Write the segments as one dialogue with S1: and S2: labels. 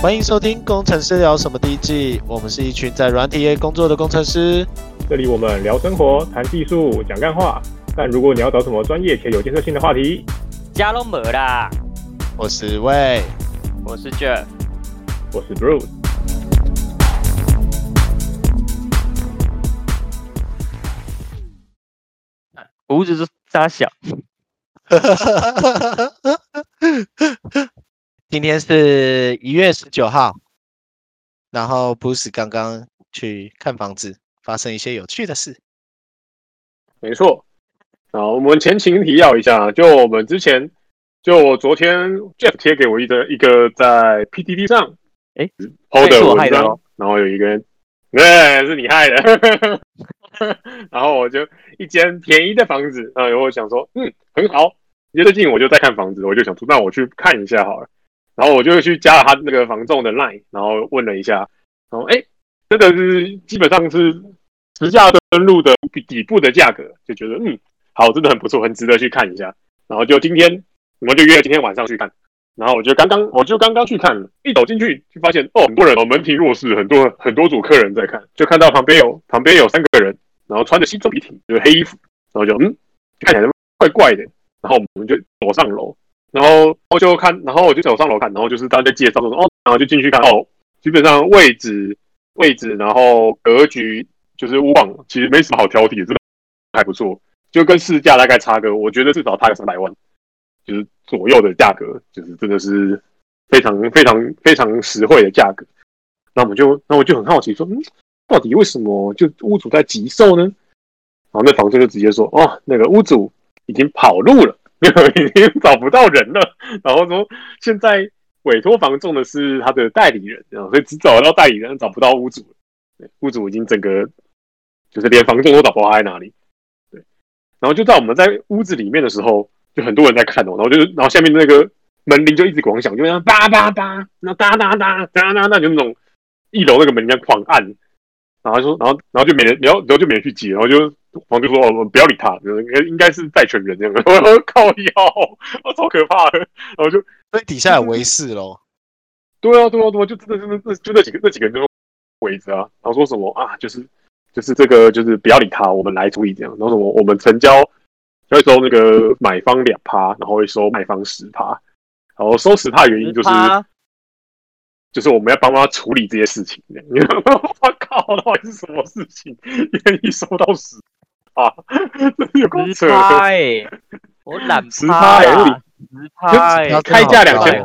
S1: 欢迎收听《工程师聊什么》第一季，我们是一群在软体业工作的工程师。
S2: 这里我们聊生活、谈技术、讲干话。但如果你要找什么专业且有建设性的话题，
S3: 加隆没啦，
S1: 我是魏，
S3: 我是 Jeff，
S2: 我是 Bruce。
S3: 胡子是大小，
S1: 今天是一月十九号，然后 Bruce 刚刚去看房子，发生一些有趣的事。
S2: 没错。好，我们前情提要一下，就我们之前，就我昨天 Jeff 贴给我一个一个在 PTT 上
S3: 诶
S2: 抛
S3: 那是
S2: 的
S3: 我
S2: 文
S3: 害的
S2: 章
S3: 哦，
S2: 然后有一个人，对，是你害的。 然后我就一间便宜的房子，啊，然后我想说，嗯，很好。因为最近我就在看房子，我就想说，那我去看一下好了。然后我就去加了他那个房仲的 line，然后问了一下，然后哎，这个是基本上是实价登录的底部的价格，就觉得嗯，好，真的很不错，很值得去看一下。然后就今天我们就约了今天晚上去看，然后我就刚刚我就刚刚去看了，一走进去就发现哦，很多人哦，门庭若市，很多很多组客人在看，就看到旁边有旁边有三个人，然后穿着西装笔挺，就是黑衣服，然后就嗯，看起来怪怪的，然后我们就走上楼，然后我就看，然后我就走上楼看，然后就是大家在介绍说哦，然后就进去看哦，基本上位置位置，然后格局就是屋况，其实没什么好挑剔的，真的还不错。就跟市价大概差个，我觉得至少差个三百万，就是左右的价格，就是真的是非常非常非常实惠的价格。那我们就那我就很好奇说，嗯，到底为什么就屋主在急售呢？然后那房东就直接说，哦，那个屋主已经跑路了， 已经找不到人了。然后说现在委托房仲的是他的代理人，然后所以只找得到代理人，找不到屋主。对屋主已经整个就是连房仲都找不到他在哪里。然后就在我们在屋子里面的时候，就很多人在看哦，然后就是然后下面那个门铃就一直狂响，就像叭叭叭，那哒哒哒哒哒哒，就那种一楼那个门铃在狂按，然后就说，然后然后就没人，然后然后就没人去接，然后就房就说哦，我们不要理他，应该应该是债权人这样， 我说靠腰，我超可怕的，然后就
S1: 所以底下有围事 喽。
S2: 对啊，对啊，对啊，就真的真的那就那几个那几个人都围着啊，然后说什么啊，就是就是这个就是不要理他，我们来处理这样，然后什么我们成交就会收那个买方两趴，然后会收卖方十趴，然后收十趴的原因就是
S3: 他
S2: 就是我们要帮他处理这些事情这样。 我靠，到底是什么事情愿意收到十趴？ 这有够扯
S3: 十
S2: 的
S3: 趴哎，我懒
S2: 10%
S3: 趴
S2: 而
S3: 啦，十趴哎
S1: 就，
S2: 开价两
S1: 千
S2: 千，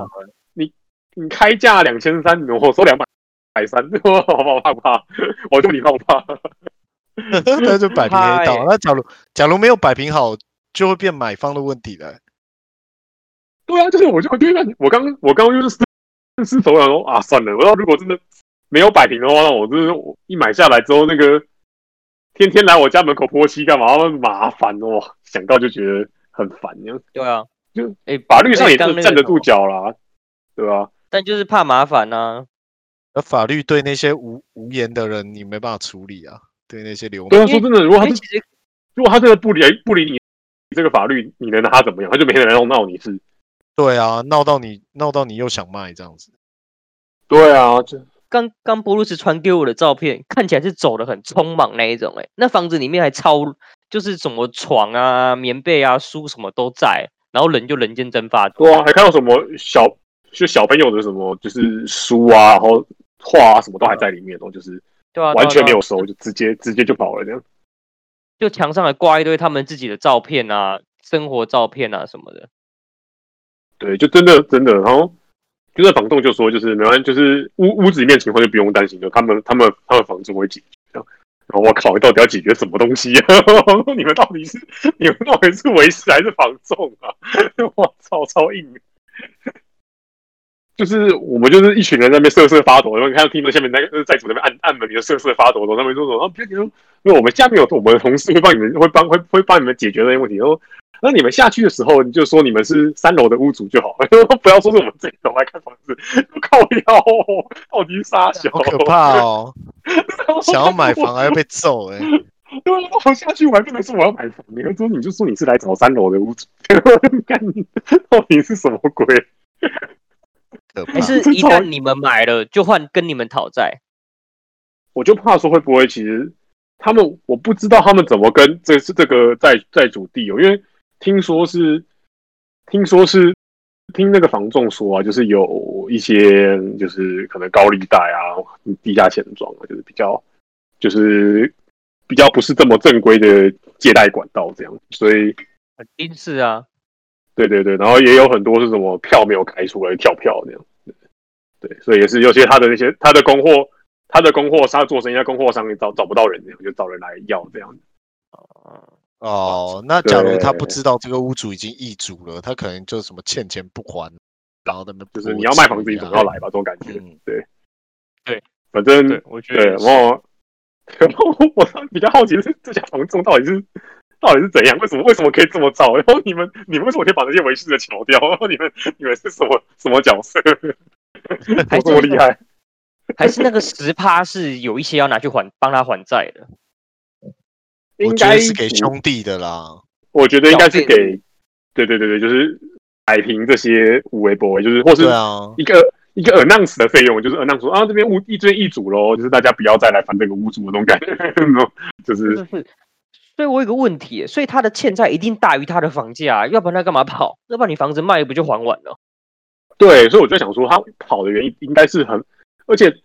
S2: 你开价两千三，我收两百百三， 我好怕不怕？我就你怕不怕？
S1: 那就摆平黑道
S3: 很。
S1: 那假如假如没有摆平好，就会变买方的问题了。
S2: 对啊，就是我就我就看我刚我刚刚就是是头想说啊，算了，我要如果真的没有摆平的话，那我真的我一买下来之后，那个天天来我家门口泼漆干嘛？那么麻烦哦，想到就觉得很烦。
S3: 对啊，
S2: 就
S3: 哎
S2: 法律上也
S3: 刚
S2: 是
S3: 那个
S2: 站得
S3: 什
S2: 住
S3: 么
S2: 脚啦，对吧、
S3: 但就是怕麻烦啊呐，
S1: 而法律对那些无无言的人，你没办法处理啊。对那些流氓，
S2: 对啊，说真的，如果
S3: 因
S2: 他
S3: 为
S2: 真
S3: 哎其实
S2: 如果他真的不理不理你这个法律，你能拿他怎么样？他就没人要闹你是？
S1: 对啊，闹到你闹到你又想卖这样子。
S2: 对啊，就
S3: 刚刚布鲁斯传给我的照片，看起来是走的很匆忙那一种哎、那房子里面还超就是什么床啊、棉被啊、书什么都在，然后人就人间蒸发。
S2: 对啊，还看到什么小就小朋友的什么就是书啊，然后画啊什么都还在里面哦，就是。
S3: 对啊，对啊
S2: 完全没
S3: 对啊
S2: 有收，就直接直接就跑了这样。
S3: 就墙上还挂一堆他们自己的照片啊、生活照片啊什么的。
S2: 对，就真的真的，然后就在房东就说，就是没关系，就是屋屋子里面情况就不用担心，就他们他们他们房子会解决这样。然后我靠，到底要解决什么东西、啊？ 你们到底是你们到底是维士还是房仲啊？ 我操，超硬！就是我们就是一群人在那边瑟瑟发抖，然后你看到听到下面那个债主在那边按按门铃瑟瑟发抖，然后他们就说啊，不要紧，因为我们下面有我们的同事会帮你们会帮会会帮你们解决这些问题，然后那你们下去的时候，你就说你们是三楼的屋主就好了， 不要说是我们这一楼来看房子，靠腰、哦，到底是啥小？
S1: 好可怕 哦！想要买房还要被揍哎、
S2: 对啊，我下去我还不能说我要买房，你就说你就说你是 来找三楼的屋主，看你到底是什么鬼？
S1: 可怕
S3: 还。是
S2: 这
S3: 一
S2: 种
S3: 旦你们买了就换跟你们讨债？
S2: 我就怕说会不会其实他们我不知道他们怎么跟这这个债债主地哦，因为听说是听说是听那个房仲说啊，就是有一些就是可能高利贷啊、地下钱庄啊，就是比较就是比较不是这么正规的借贷管道这样，所以
S3: 肯定是啊，
S2: 对对对，然后也有很多是什么票没有开出来跳票那样，对，对所以也是有些他的那些他的供货，他的供货他做生意，他供货商也找找不到人，这样就找人来要这样子。嗯
S1: 哦，那假如他不
S2: 对
S1: 知道这个屋主已经易主了，他可能就什么欠钱不还，然后他们
S2: 就是你要卖房子，你总要来吧，这种感觉。
S1: 嗯
S2: 对
S3: 对，
S2: 反正
S3: 对，我觉
S2: 对，
S3: 得
S2: 然
S3: 是
S2: 后然后我 比较好奇的是这家房仲到底是到底是怎样？为什么为什么可以这么造？然后你们你们为什么可以把这些维系的撬掉？然后你们你们是什么什么 角色？
S3: 还
S2: 我
S3: 是
S2: 这么厉害？
S3: 还是那个十趴是有一些要拿去还帮他还债的。
S1: 我
S2: 应
S1: 觉
S2: 该
S1: 得是给
S2: 不
S1: 兄弟的啦。
S2: 我觉得应该是
S3: 小便
S2: 给，对对对对，就是摆平这些五维博维，就是或是
S1: 对啊，
S2: 一个、一个 announce 的费用，就是 announce 说啊这边屋一这边易主喽，就是大家不要再来烦这个屋主的那种感觉， 那种就是
S3: 就是，所以我有个问题耶，所以他的欠债一定大于他的房价啊、要不然他干嘛跑？要不然你房子卖了不就还完了？
S2: 对，所以我就想说他跑的原因应该是很，而且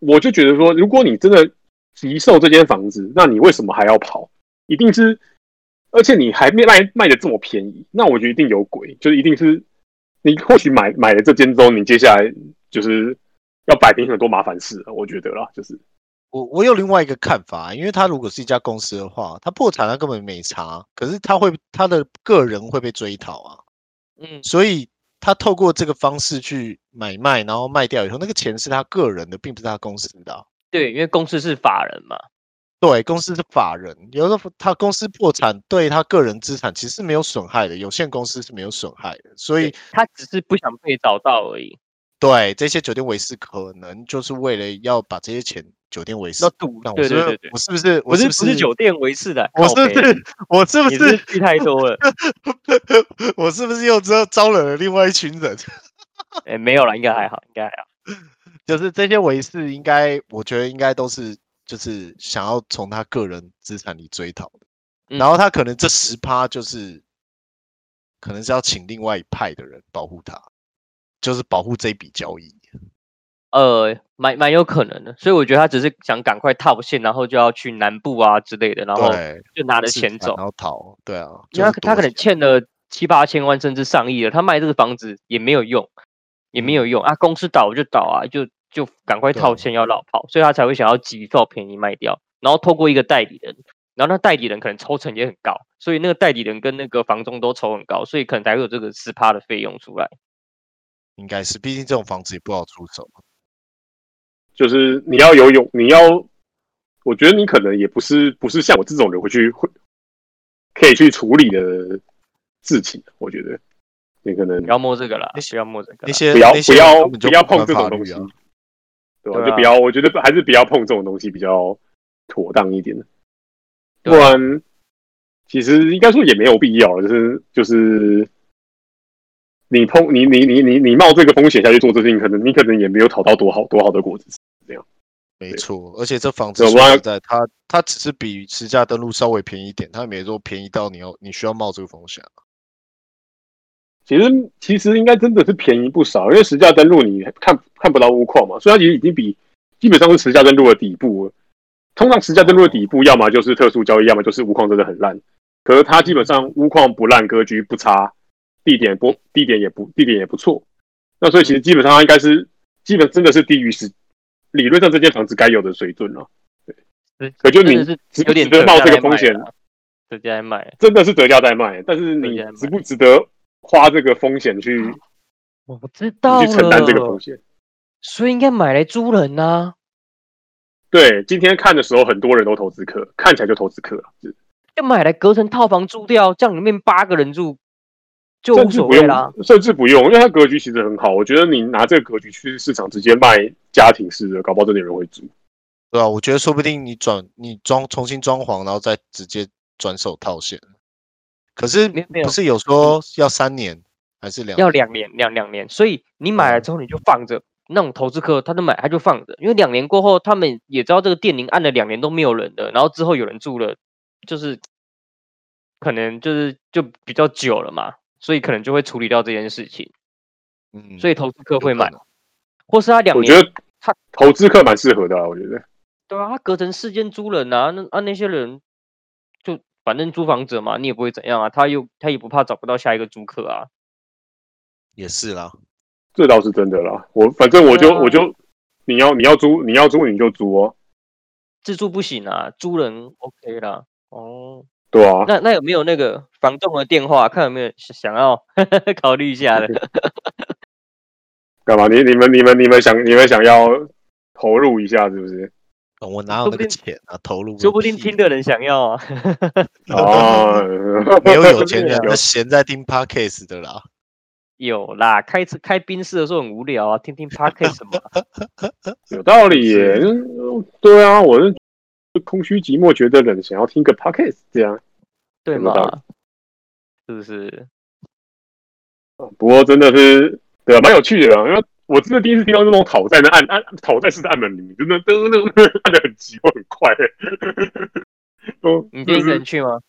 S2: 我就觉得说，如果你真的急售这间房子，那你为什么还要跑？一定是，而且你还没卖卖的这么便宜，那我觉得一定有鬼，就是一定是你或许买买了这间之后，你接下来就是要摆平很多麻烦事，我觉得啦，就是
S1: 我我有另外一个看法，因为他如果是一家公司的话，他破产他根本没查，可是他会他的个人会被追讨啊，
S3: 嗯，
S1: 所以他透过这个方式去买卖，然后卖掉以后，那个钱是他个人的，并不是他公司的啊、
S3: 对，因为公司是法人嘛，
S1: 对，公司是法人，有时候他公司破产对他个人资产其实是没有损害的，有限公司是没有损害的，所以
S3: 对他只是不想被找到而已，
S1: 对这些酒店维士可能就是为了要把这些钱酒店维士
S3: 要。赌
S1: 那。我
S3: 对
S1: 是不是
S3: 对对对，
S1: 我是不是
S3: 不
S1: 我
S3: 是
S1: 不
S3: 不是酒店为事的，
S1: 我是不
S3: 靠北
S1: 是我是不
S3: 你
S1: 是
S3: 是记太多了？
S1: 我是不 是又招招惹了另外一群人？
S3: 哎，没有了，应该还好，应该还好。
S1: 就是这些维士，应该我觉得应该都是就是想要从他个人资产里追讨的，
S3: 嗯
S1: 然后他可能这十趴就是可能是要请另外一派的人保护他，就是保护这笔交易。
S3: 呃，蛮蛮有可能的，所以我觉得他只是想赶快套现，然后就要去南部啊之类的，然后
S1: 对，
S3: 就拿着
S1: 自
S3: 钱
S1: 产
S3: 走。
S1: 然后逃，对啊，
S3: 因
S1: 就
S3: 为
S1: 是
S3: 他他
S1: 躲
S3: 可能
S1: 起
S3: 欠了七八千万甚至上亿了，他卖这个房子也没有用，也没有用啊，公司倒就倒啊，就就赶
S1: 嗯
S3: 快
S1: 对
S3: 套现要绕跑，所以他才会想要急到便宜卖掉，然后透过一个代理人，然后那代理人可能抽成也很高，所以那个代理人跟那个房东都抽很高，所以可能才会有这个十趴的费用出来。
S1: 应该是，毕竟这种房子也不好出手。
S2: 就是你要有勇，你要，我觉得你可能也不是不是像我这种人会去会可以去处理的事情，我觉得你可能
S3: 不要摸这个啦，
S1: 那些
S3: 不要摸这个
S1: 那
S3: 啦。
S1: 些
S2: 不要
S1: 那些
S2: 不要
S1: 根本就
S2: 不要
S1: 管
S2: 碰这
S1: 法
S2: 种东
S1: 律
S2: 西
S1: 啊，
S2: 对
S3: 对
S2: 吧、
S3: 啊
S2: 就不要，我觉得还是不要碰这种东西比较妥当一点的，不
S3: 对啊
S2: 然其实应该说也没有必要了，就是就是你碰你你你你你冒这个风险下去做这事情，可能你可能也没有讨到多好多好的果子吃，
S1: 没
S2: 对
S1: 错，而且这房子
S2: 对
S1: 说
S2: 我要
S1: 实在，它它只是比实价登录稍微便宜一点，它也没说便宜到你要你需要冒这个风险啊。
S2: 其实其实应该真的是便宜不少，因为实价登录你看看不到屋况嘛，所以它其实已经比基本上是实价登录的底部了。通常实价登录的底部，要么就是特殊交易，要么就是屋况真的很烂。可是它基本上屋况不烂，格局不差，地点不地点也不地点也不错。那所以其实基本上它应该是基本真的是低于实理论上这间房子该有的水准了、
S3: 是
S2: 可就
S3: 真
S2: 你
S3: 的是
S2: 值不
S3: 有
S2: 值
S3: 点
S2: 得
S3: 折
S2: 冒
S3: 价
S2: 这个
S3: 在
S2: 风
S3: 卖
S2: 险
S3: 啦，啊直接在卖。
S2: 真的是折价在卖，但是
S3: 折
S2: 你
S3: 价在卖
S2: 值不值得花这个风险去
S3: 我知道
S2: 去承担这个
S3: 了
S2: 风，险？
S3: 所以应该买来租人啊呐、
S2: 对，今天看的时候，很多人都投资客，看起来就投资客了，是
S3: 要买来隔成套房租掉，这样里面八个人住就
S2: 甚
S3: 无
S2: 至
S3: 所
S2: 不
S3: 谓
S2: 用
S3: 啦。，
S2: 甚至不用，因为它格局其实很好。我觉得你拿这个格局去市场直接卖家庭式的，搞不好真的有人会租。
S1: 对啊，我觉得说不定你转你装重新装潢，然后再直接转手套现。可是
S3: 没有没有
S1: 不是有说要三年，还是两
S3: 要两年，两两年。所以你买了之后你就放着，那种投资客他就买他就放着，因为两年过后他们也知道这个电铃按了两年都没有人了，然后之后有人住了，就是可能就是就比较久了嘛，所以可能就会处理掉这件事情，
S1: 嗯，
S3: 所以投资客
S1: 有
S3: 会
S1: 可
S3: 买，
S1: 能
S3: 或是他两
S2: 我
S3: 年
S2: 觉得
S3: 他
S2: 投资客蛮适合的啊，我觉得。
S3: 对啊，他隔层事件租人啊，那啊那些人就反正租房者嘛，你也不会怎样啊，他又他也不怕找不到下一个租客啊。
S1: 也是啦。
S2: 这倒是真的啦。我反正我就、
S3: 对啊
S2: 我就，你要你要租你要租你就租哦，
S3: 自住不行啊，租人 OK 啦。哦，
S2: 对啊。
S3: 那那有没有那个房东的电话？看有没有想想要 考虑一 下的？
S2: 干嘛？你你们你们你们想你们想要投入一下是不 是？
S1: 哦我哪有那
S3: 说不
S1: 个
S3: 定
S1: 钱啊？投入个
S3: 说不定
S1: 屁
S3: 听的人想要啊。
S2: 哦，
S1: 没有有钱人
S2: 有
S1: 他闲在听 podcast 的 啦。
S3: 有啦，开车开宾士的时候很无聊啊，听听 podcast 啊嘛。
S2: 有道理耶。嗯对啊，我是空虚寂寞觉得冷，想要听个 podcast 这样。
S3: 对
S2: 有道理
S3: 嘛？是不是？
S2: 不过真的是对啊，蛮有趣的啊，因为我真的第一次听到这种讨债的按按讨债式的按门铃，真的噔噔噔按的很急，我很快。 哦，
S3: 你
S2: 就
S3: 今天一个
S2: 是
S3: 人去吗？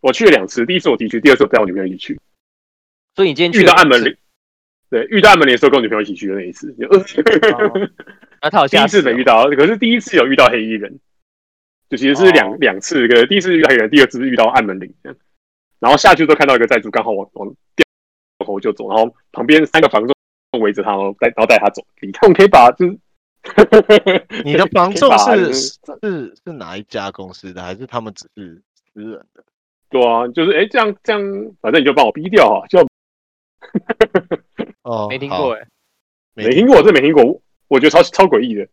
S2: 我去了两次，第一次我自己去，第二次我带我女朋友一起去。
S3: 所以你今天去
S2: 遇到
S3: 了
S2: 按门
S3: 是
S2: 铃，对，遇到按门铃的时候跟我女朋友一起去的那一次，就呃
S3: 哦那他好
S2: 第
S3: 像
S2: 一次没遇到，可是第一次有遇到黑衣人，就其实是两、
S3: 哦
S2: 两次，可是第一次遇到黑衣人，第二次是遇到按门铃这样，然后下去都看到一个债主刚好往往掉头就走，然后旁边三个房仲围着他，然后带然后带他走离开。我们可以把就是
S1: 你的房仲
S2: 可以把
S1: 是
S2: 就是
S1: 是是哪一家公司的，还是他们只是私人的？
S2: 对啊，就是哎、诶这样这样，反正你就帮我逼掉啊，就
S1: 哦，
S3: 没听
S1: 好
S3: 过哎、
S1: 没
S2: 没听过，这没听过，我觉得超超诡异的，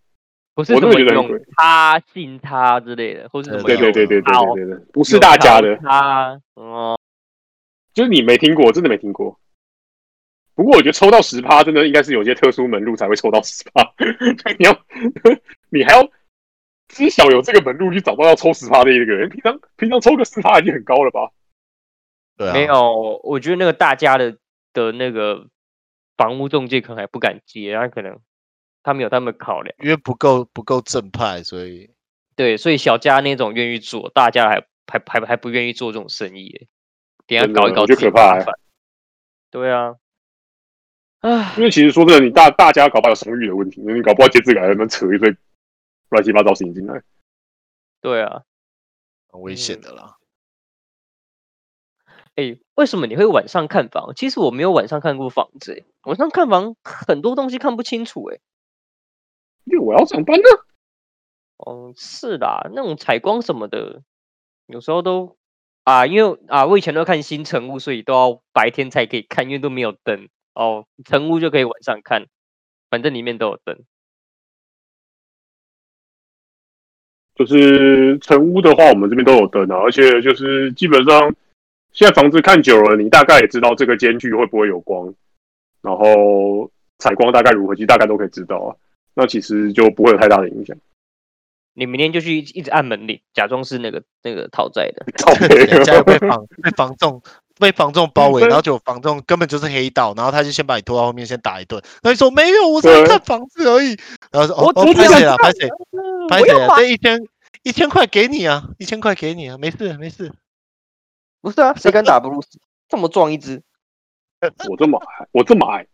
S3: 不是
S2: 我
S3: 什
S2: 真
S3: 么
S2: 的觉得很
S3: 用他信他之类的，或是什么
S2: 对对
S3: 用
S2: 对对对
S3: 好
S2: 对对对，不是大家的
S3: 有，他哦，
S2: 就是你没听过，真的没听过。不过我觉得抽到十趴，真的应该是有些特殊门路才会抽到十趴。 你要，你还要知晓有这个门路去找到要抽十趴的一个人，平常平常抽个四趴已经很高了吧？
S1: 对啊，
S3: 没有，我觉得那个大家的的那个房屋中介可能还不敢接，他可能他们有他们的考量，
S1: 因为不够不够正派，所以
S3: 对，所以小家那种愿意做，大家还还还还不愿意做这种生意耶，等一下
S2: 真的
S3: 搞一搞
S2: 我觉得
S3: 自己
S2: 可怕
S3: 麻
S2: 欸
S3: 烦对啊，唉，
S2: 因为其实说真的，你大大家搞不好有生育的问题，你搞不好接自个还能扯一堆乱七八糟事情进来。
S3: 对啊，
S1: 很危险
S3: 嗯
S1: 的啦。
S3: 哎，为什么你会晚上看房？其实我没有晚上看过房子欸，晚上看房很多东西看不清楚哎。
S2: 因为我要上班啊呢，
S3: 哦，是啦，那种采光什么的，有时候都啊，因为啊，我以前都看新成屋，所以都要白天才可以看，因为都没有灯哦，成屋就可以晚上看，反正里面都有灯。
S2: 就是成屋的话，我们这边都有灯啊，而且就是基本上现在房子看久了，你大概也知道这个间距会不会有光，然后采光大概如何，其实大概都可以知道啊。那其实就不会有太大的影响。
S3: 你明天就去一直一直按门铃，假装是那个那个讨债的，
S2: 靠 北
S1: 人家又被房被房仲被房仲包围，
S2: 对
S1: 然后就房仲根本就是黑道，然后他就先把你拖到后面先打一顿，然后你说没有，我是来
S2: 对
S1: 看房子而已，然后说哦
S3: 我
S1: 哦
S3: 只
S1: 拍
S3: 想
S1: 谁了拍谁
S3: 嗯
S1: 拍
S3: 我
S1: 谁
S3: 要
S1: 了，
S3: 买
S1: 这一千一千块给你啊，一千块给你啊，没事没事，
S3: 不是啊，谁敢打 Bruce 这么壮一只？
S2: 我这么矮，我这么矮，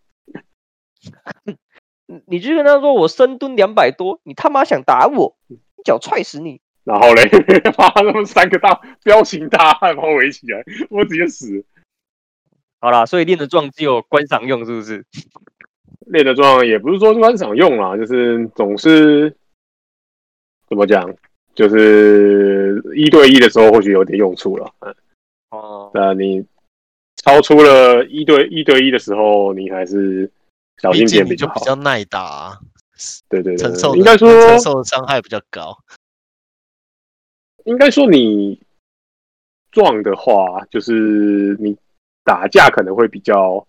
S3: 你你就跟他说我深蹲两百多，你他妈想打我，一脚踹死你！
S2: 然后嘞， 把他们三个大彪形大汉包围起来，我直接死。
S3: 好啦，所以练的壮只有观赏用，是不是？
S2: 练的壮也不是说观赏用啦，就是总是怎么讲，就是一对一的时候或许有点用处了。嗯
S3: 哦，
S2: 那你超出了一对一对一的时候，你还是小
S1: 毕
S2: 心
S1: 竟
S2: 点
S1: 你就
S2: 较
S1: 比
S2: 好。哦
S1: 较耐打啊，
S2: 对对对
S1: 承受
S2: 对，
S1: 的
S2: 应该说
S1: 承受的伤害比较高，
S2: 应该说你撞的话，就是你打架可能会比较。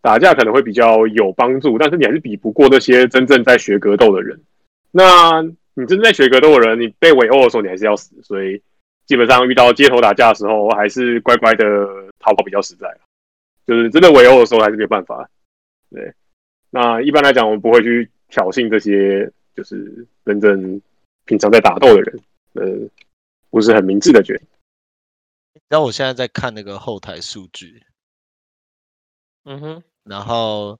S2: 打架可能会比较有帮助，但是你还是比不过那些真正在学格斗的人。那你真正在学格斗的人，你被围殴的时候，你还是要死。所以基本上遇到街头打架的时候，还是乖乖的逃跑比较实在。啊就是真的围殴的时候还是没办法。对，那一般来讲，我们不会去挑衅这些就是认真平常在打斗的人，呃，不是很明智的决定。
S1: 然后我现在在看那个后台数据，
S3: 嗯哼，
S1: 然后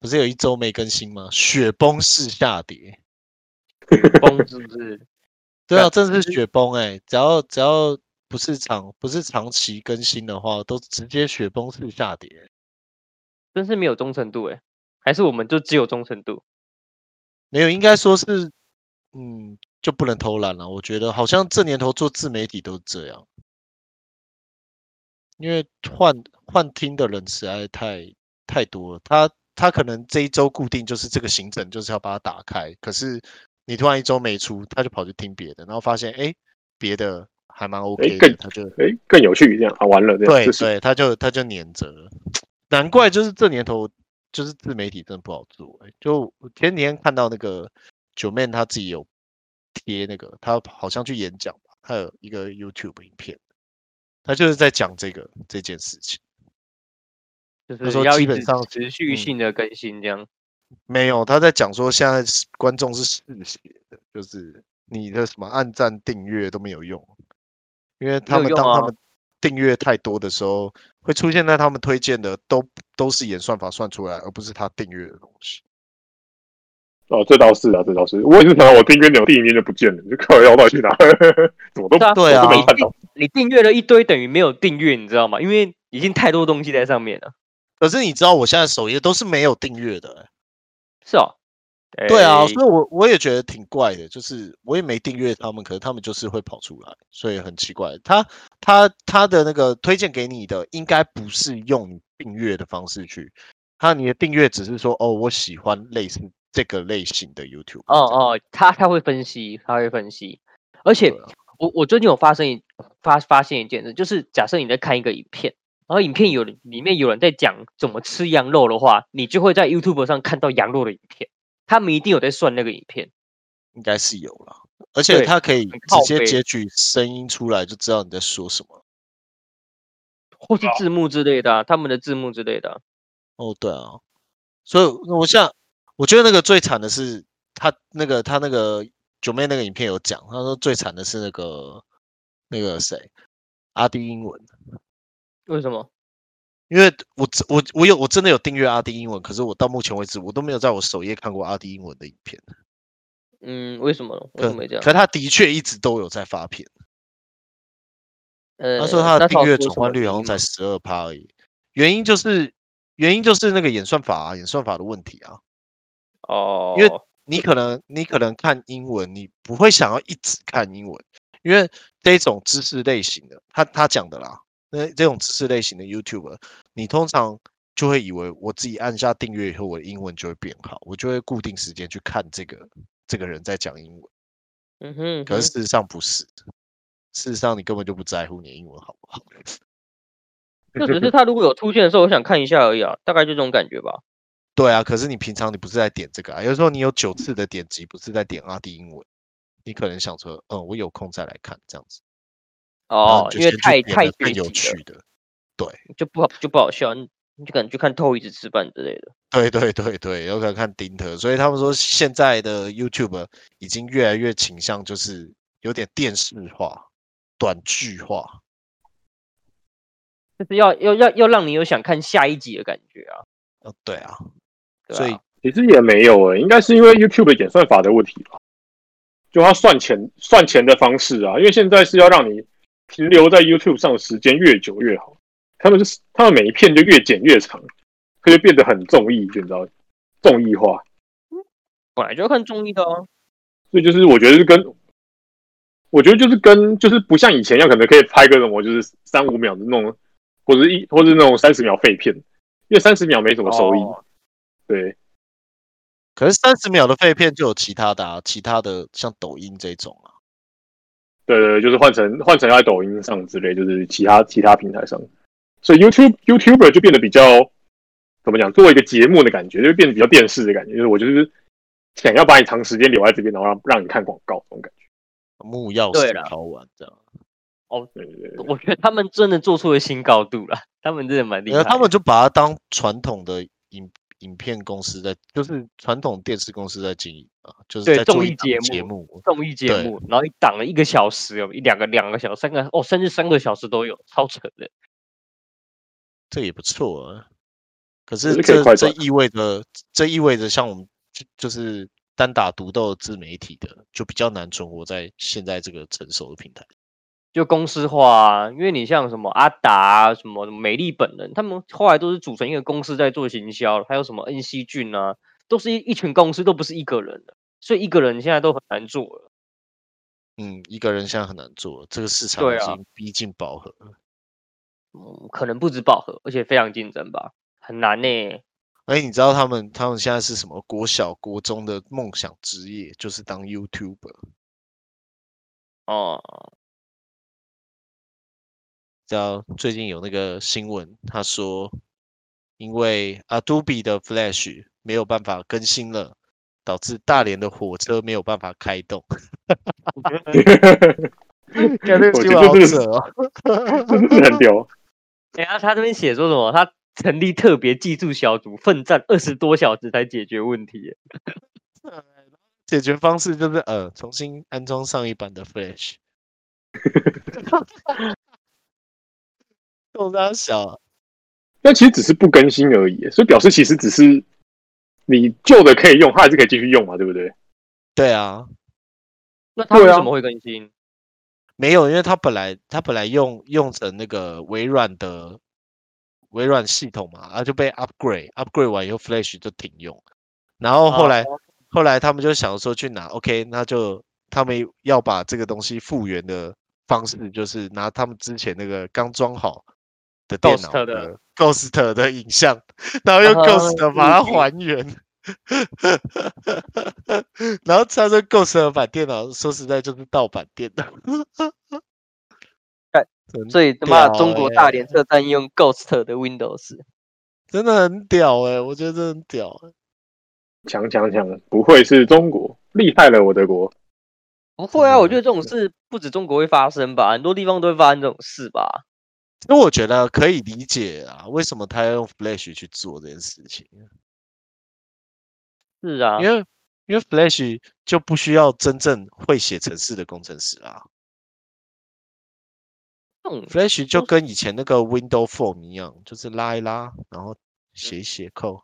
S1: 不是有一周没更新吗？雪崩式下跌，
S3: 崩是不是？
S1: 对啊，
S3: 干
S1: 真的是雪崩哎、只要只要不是长不是长期更新的话，都直接雪崩式下跌、欸
S3: 真是没有忠诚度哎，还是我们就只有忠诚度？
S1: 没有，应该说是，嗯，就不能偷懒了。我觉得好像这年头做自媒体都是这样，因为换换听的人实在太太多了。他他可能这一周固定就是这个行程，就是要把它打开。可是你突然一周没出，他就跑去听别的，然后发现哎，诶别的还蛮 OK 的，
S2: 更
S1: 他就
S2: 哎，更有趣，这样啊，完了，这样
S1: 对
S2: 这是
S1: 对，他就他就黏着了，难怪就是这年头就是自媒体真的不好做、欸。就我前几天看到那个九妹她自己有贴那个，她好像去演讲吧，她有一个 YouTube 影片，她就是在讲这个这件事情。
S3: 就
S1: 他说
S3: 是要
S1: 基
S3: 一
S1: 本
S3: 直
S1: 上
S3: 持
S1: 嗯
S3: 续性的更新这样。
S1: 没有，她在讲说现在是观众是嗜血的，就是你的什么按赞订阅都没有用，因为他
S3: 有
S1: 们
S3: 用
S1: 当他
S3: 啊
S1: 们订阅太多的时候，会出现在他们推荐的都都是演算法算出来，而不是他订阅的东西。
S2: 哦，这倒是啊，这倒是，我也是想到我订阅钮第一年就不见了，就靠腰到底去哪？ 怎么都
S3: 对啊
S1: 对啊
S2: 我不
S3: 你
S2: 能看
S3: 订
S2: 到。
S3: 你订阅了一堆，等于没有订阅，你知道吗？因为已经太多东西在上面了。
S1: 可是你知道我现在首页都是没有订阅的欸、
S3: 是哦。
S1: 对啊，
S3: 哎
S1: 所以我我也觉得挺怪的，就是我也没订阅他们，可是他们就是会跑出来，所以很奇怪。他他他的那个推荐给你的，应该不是用你订阅的方式去，他你的订阅只是说哦，我喜欢类似这个类型的 YouTube。
S3: 哦，哦，他他会分析，他会分析。而且
S1: 对啊
S3: 我我最近有发生一发发现一件事，就是假设你在看一个影片，然后影片有人里面有人在讲怎么吃羊肉的话，你就会在 YouTube 上看到羊肉的影片，他们一定有在算那个影片。
S1: 应该是有了，而且
S3: 对
S1: 它可以
S3: 很靠
S1: 直接
S3: 背
S1: 截取声音出来，就知道你在说什么。
S3: 或是
S2: 哦
S3: 字幕之类的啊、他们的字幕之类的啊、
S1: 哦，对啊，所以我现在我觉得那个最惨的是他那个他那个九妹那个影片有讲，他说最惨的是那个那个谁阿迪英文，
S3: 为什么？
S1: 因为我真我我有我真的有订阅阿迪英文，可是我到目前为止我都没有在我首页看过阿迪英文的影片，
S3: 嗯，为什么？为
S1: 可
S3: 什么会这样？
S1: 可他的确一直都有在发片，
S3: 呃，
S1: 他说他
S3: 那
S1: 的订
S3: 有
S1: 阅
S3: 说
S1: 转
S3: 什
S1: 换
S3: 么
S1: 率好像
S3: 原因
S1: 才
S3: 吗
S1: 十二趴而已，原因就是原因就是那个演算法啊，演算法的问题啊。
S3: 哦，
S1: 因为你可能你可能看英文，你不会想要一直看英文，因为这种知识类型的，他他讲的啦，那这种知识类型的 YouTube，你通常就会以为我自己按下订阅以后，我的英文就会变好，我就会固定时间去看这个这个人在讲英文，
S3: 嗯哼嗯
S1: 可
S3: 哼
S1: 是事实上不是，事实上你根本就不在乎你的英文好不好。
S3: 就 只是他如果有出现的时候，我想看一下而已啊，大概就这种感觉吧。
S1: 对啊，可是你平常你不是在点这个啊，有时候你有九次的点击不是在点阿迪英文，你可能想说，嗯，我有空再来看这样子。然后
S3: 哦，
S1: 你就
S3: 因为
S1: 先去
S3: 太
S1: 点
S3: 太
S1: 了更
S3: 具
S1: 有
S3: 体了
S1: 趣的。
S3: 就不好就不好笑，你你就可能去看偷椅子吃饭之类的。
S1: 对对对对，有可能看丁特，所以他们说现在的 YouTube 已经越来越倾向就是有点电视化、短剧化。
S3: 就是要要要要让你有想看下一集的感觉啊，
S1: 呃，对啊，
S3: 对
S1: 所以
S3: 啊
S2: 其实也没有诶、应该是因为 YouTube 的演算法的问题吧，就它算钱算钱的方式啊，因为现在是要让你停留在 YouTube 上的时间越久越好，他们就是他们每一片就越剪越长，它就变得很综艺，就你知道综艺化，
S3: 本来就要看综艺的哦、
S2: 所以就是我觉得是跟我觉得就是跟就是不像以前一样，可能可以拍个什么就是三五秒的那种，或者一或者是那种三十秒废片，因为三十秒没什么收益，
S3: 哦
S2: 对。
S1: 可是三十秒的废片就有其他的啊，其他的像抖音这种啊，
S2: 对对，对就是换成换成要在抖音上之类，就是其他其他平台上，所以 YouTube YouTuber 就变得比较怎么讲，作为一个节目的感觉，就变得比较电视的感觉，就是我就是想要把你长时间留在这边，然后让让你看广告这种感觉。
S1: 木钥
S3: 对
S1: 匙
S3: 啦
S1: 好玩这样。
S2: 对对对，
S3: 我觉得他们真的做出了新高度了，他们真的蛮厉害
S1: 然
S3: 的。
S1: 后呃他们就把它当传统的影影片公司在，就是传统电视公司在经营啊，就是
S3: 对
S1: 在做
S3: 综
S1: 一
S3: 艺
S1: 档
S3: 节
S1: 节
S3: 目
S1: 目，
S3: 综艺节
S1: 对
S3: 目，然后一档了一个小时，有一两个两个小时，三个哦，甚至三个小时都有，超扯的。
S1: 这也不错啊。可
S2: 可
S1: 是
S2: 是可以
S1: 这
S2: 快
S1: 这
S2: 转啊
S1: 意味着，这意味着像我们就就是单打独斗自媒体的，就比较难存活在现在这个成熟的平台。
S3: 就公司化啊，因为你像什么阿达、啊、什么美丽本人，他们后来都是组成一个公司在做行销了，还有什么恩熙俊啊，都是一一群公司，都不是一个人的，所以一个人现在都很难做了。
S1: 嗯，一个人现在很难做，这个市场
S3: 对
S1: 已
S3: 啊
S1: 经逼近饱和了。
S3: 嗯，可能不止饱和，而且非常竞争吧，很难呢、
S1: 哎，你知道他们他们现在是什么国小国中的梦想职业，就是当 YouTuber。
S3: 哦、
S1: 知道最近有那个新闻，他说因为 Adobe 的 Flash 没有办法更新了，导致大连的火车没有办法开动。看这
S2: 我
S1: 个新闻
S2: 觉得
S1: 好
S2: 这个
S1: 扯哦！
S2: 真的是很屌。
S3: 等一下哎他这边写说什么？他成立特别技术小组，奋战二十多小时才解决问题耶。
S1: 解决方式就是呃，重新安装上一版的 Flash。动大小啊，
S2: 那其实只是不更新而已，所以表示其实只是你旧的可以用，它还是可以继续用嘛，对不对？
S1: 对啊，
S3: 那他为
S2: 对啊
S3: 什么会更新？
S1: 没有，因为他本来他本来用用成那个微软的微软系统嘛，然、啊后就被 upgrade upgrade 完以后 Flash 就停用，然后后
S3: 哦
S1: 来、后来他们就想说去拿 OK，那就他们要把这个东西复原的方式，就是拿他们之前那个刚装好的电脑
S3: Ghost 的
S1: Ghost 的影像，然后用
S3: 啊哈
S1: Ghost 把它
S3: 嗯
S1: 还原。 然后他说 Ghost 版电脑，说实在就是盗版电脑。
S3: 干
S1: 真
S3: 哎所以他妈
S1: 屌
S3: 中国
S1: 欸
S3: 大连车站用 Ghost 的 Windows，
S1: 真的很屌哎、我觉得真的很屌欸、
S2: 强强强，不愧是中国，厉害了我德国。
S3: 不会啊，
S1: 的
S3: 我觉得这种事不止中国会发生吧，很多地方都会发生这种事吧。
S1: 其实我觉得可以理解啊，为什么他要用 Flash 去做这件事情，
S3: 是啊，
S1: 因为因为 Flash 就不需要真正会写程式的工程师啊
S3: 这种
S1: ，Flash 就
S3: 都是
S1: 跟以前那个 Windows Form 一样，就是拉一拉，然后写一写 code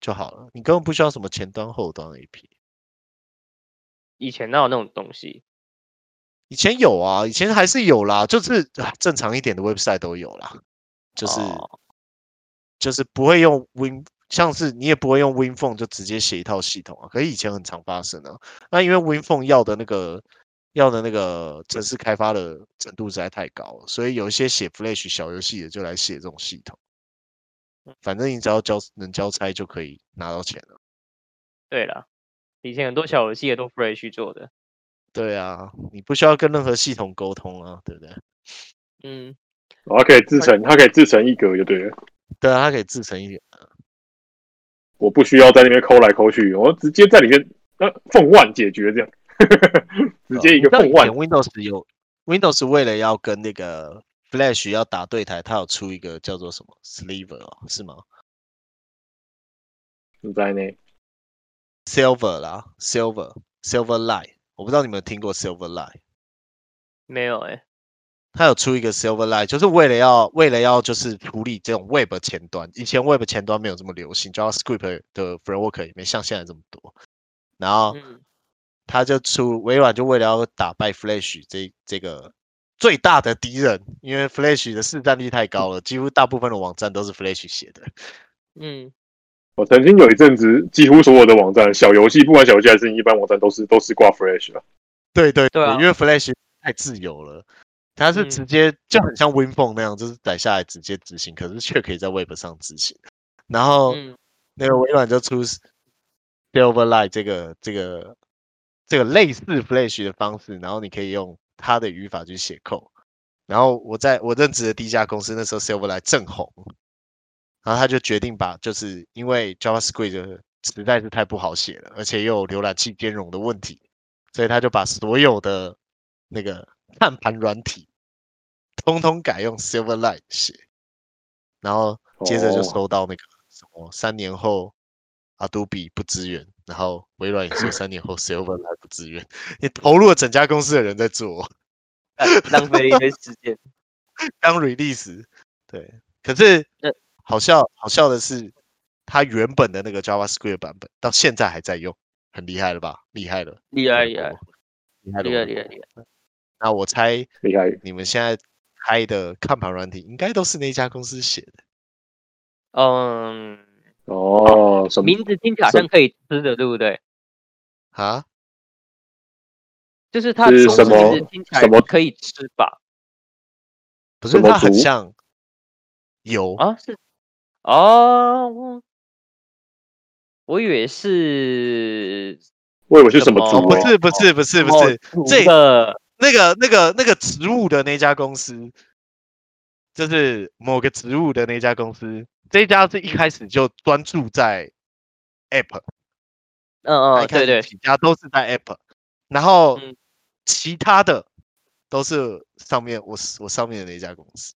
S1: 就好了，你根本不需要什么前端后端 AP。
S3: 以前哪有那种东西？
S1: 以前有啊，以前还是有啦，就是啊正常一点的 website 都有啦，就是、
S3: 哦
S1: 就是不会用 Win，像是你也不会用 WinPhone 就直接写一套系统啊，可是以前很常发生啊。那因为 WinPhone 要的那个要的那个城市开发的程度实在太高了，所以有一些写 Flash 小游戏的就来写这种系统。反正你只要交能交差就可以拿到钱了。
S3: 对了，以前很多小游戏也都 Flash 做的。
S1: 对啊，你不需要跟任何系统沟通啊，对不对？
S3: 嗯，
S2: 然后可以自成，哦它可以自成一格就对了。
S1: 对啊，它可以自成一点。
S2: 我不需要在那边抠来抠去，我直接在里面呃缝腕解决这样， 直接
S1: 你
S2: 一个
S1: 知道哦
S2: 缝
S1: 以
S2: 腕
S1: 前 Windows 有 Windows 为了要跟那个 Flash 要打对台，它有出一个叫做什么 Sliver 哦是吗
S2: 在内。
S1: ？Silver 啦，Silver Silver Line，我不知道你们有听过 Silver Line，
S3: 没有哎、
S1: 它有出一个 Silver Line，就是为了要为了要就是处理这种 Web 前端，以前 Web 前端没有这么流行，JavaScript 的 framework 也没像现在这么多，然后
S3: 嗯，
S1: 他就出微软就为了要打败 Flash 这这个最大的敌人，因为 Flash 的市占率太高了，几乎大部分的网站都是 Flash 写的。
S3: 嗯，
S2: 我曾经有一阵子，几乎所有的网站，小游戏不管小游戏还是一般网站，都是都是挂 Flash 啊了。
S1: 对对
S3: 对啊
S1: 因为 Flash 太自由了，它是直
S3: 嗯
S1: 接、就很像 WinPhone 那样，就是载下来直接执行，可是却可以在 Web 上执行。然后
S3: 嗯，
S1: 那个微软就出 Silverlight 这个这个这个类似 Flash 的方式，然后你可以用它的语法去写 code。然后我在我任职的第一家公司，那时候 Silverlight 正红，然后他就决定把，就是因为 JavaScript 的实在是太不好写了，而且又有浏览器兼容的 问题，所以他就把所有的那个看盘软体通通改用 Silverlight 写，然后接着就
S2: 哦
S1: 收到那个什么三年后 Adobe 不支援，然后微软也说三年后 Silverlight 不支援， 你投入了整家公司的人在做，
S3: 干浪费了一堆时间。
S1: 刚 release，对，可是
S3: 呃
S1: 好笑好笑的是，它原本的那个 JavaScript 版本到现在还在用，很厉害了吧？厉害了，
S3: 厉害厉害
S1: 我，厉害了，
S3: 厉害厉害厉害！
S1: 那我猜
S2: 厉害，
S1: 你们现在开的看盘软体应该都是那家公司写的，
S3: 嗯，
S2: 哦，什么？
S3: 名字听起来好像可以吃的，对不对？
S1: 啊？
S3: 就是它
S2: 是
S3: 虫子
S1: 什么
S3: 名字听起来
S2: 什么
S3: 可以吃吧？
S1: 不
S2: 什
S1: 是，
S2: 么
S1: 它很
S2: 族
S1: 像油，
S3: 啊，是哦，我我以为是
S2: 我以为是什么
S3: 什
S2: 族
S1: 哦，
S3: 么
S1: 不
S2: 欸？
S1: 是不是不是不是，
S3: 某族
S1: 这
S3: 的
S1: 那个那个那个植物的那家公司，就是某个植物的那家公司，这家是一开始就专注在 App，
S3: 嗯
S1: 它
S3: 嗯
S1: 一开
S3: 对
S1: 始
S3: 哦对，
S1: 几家都是在 App，然后
S3: 嗯
S1: 其他的都是上面我我上面的那家公司，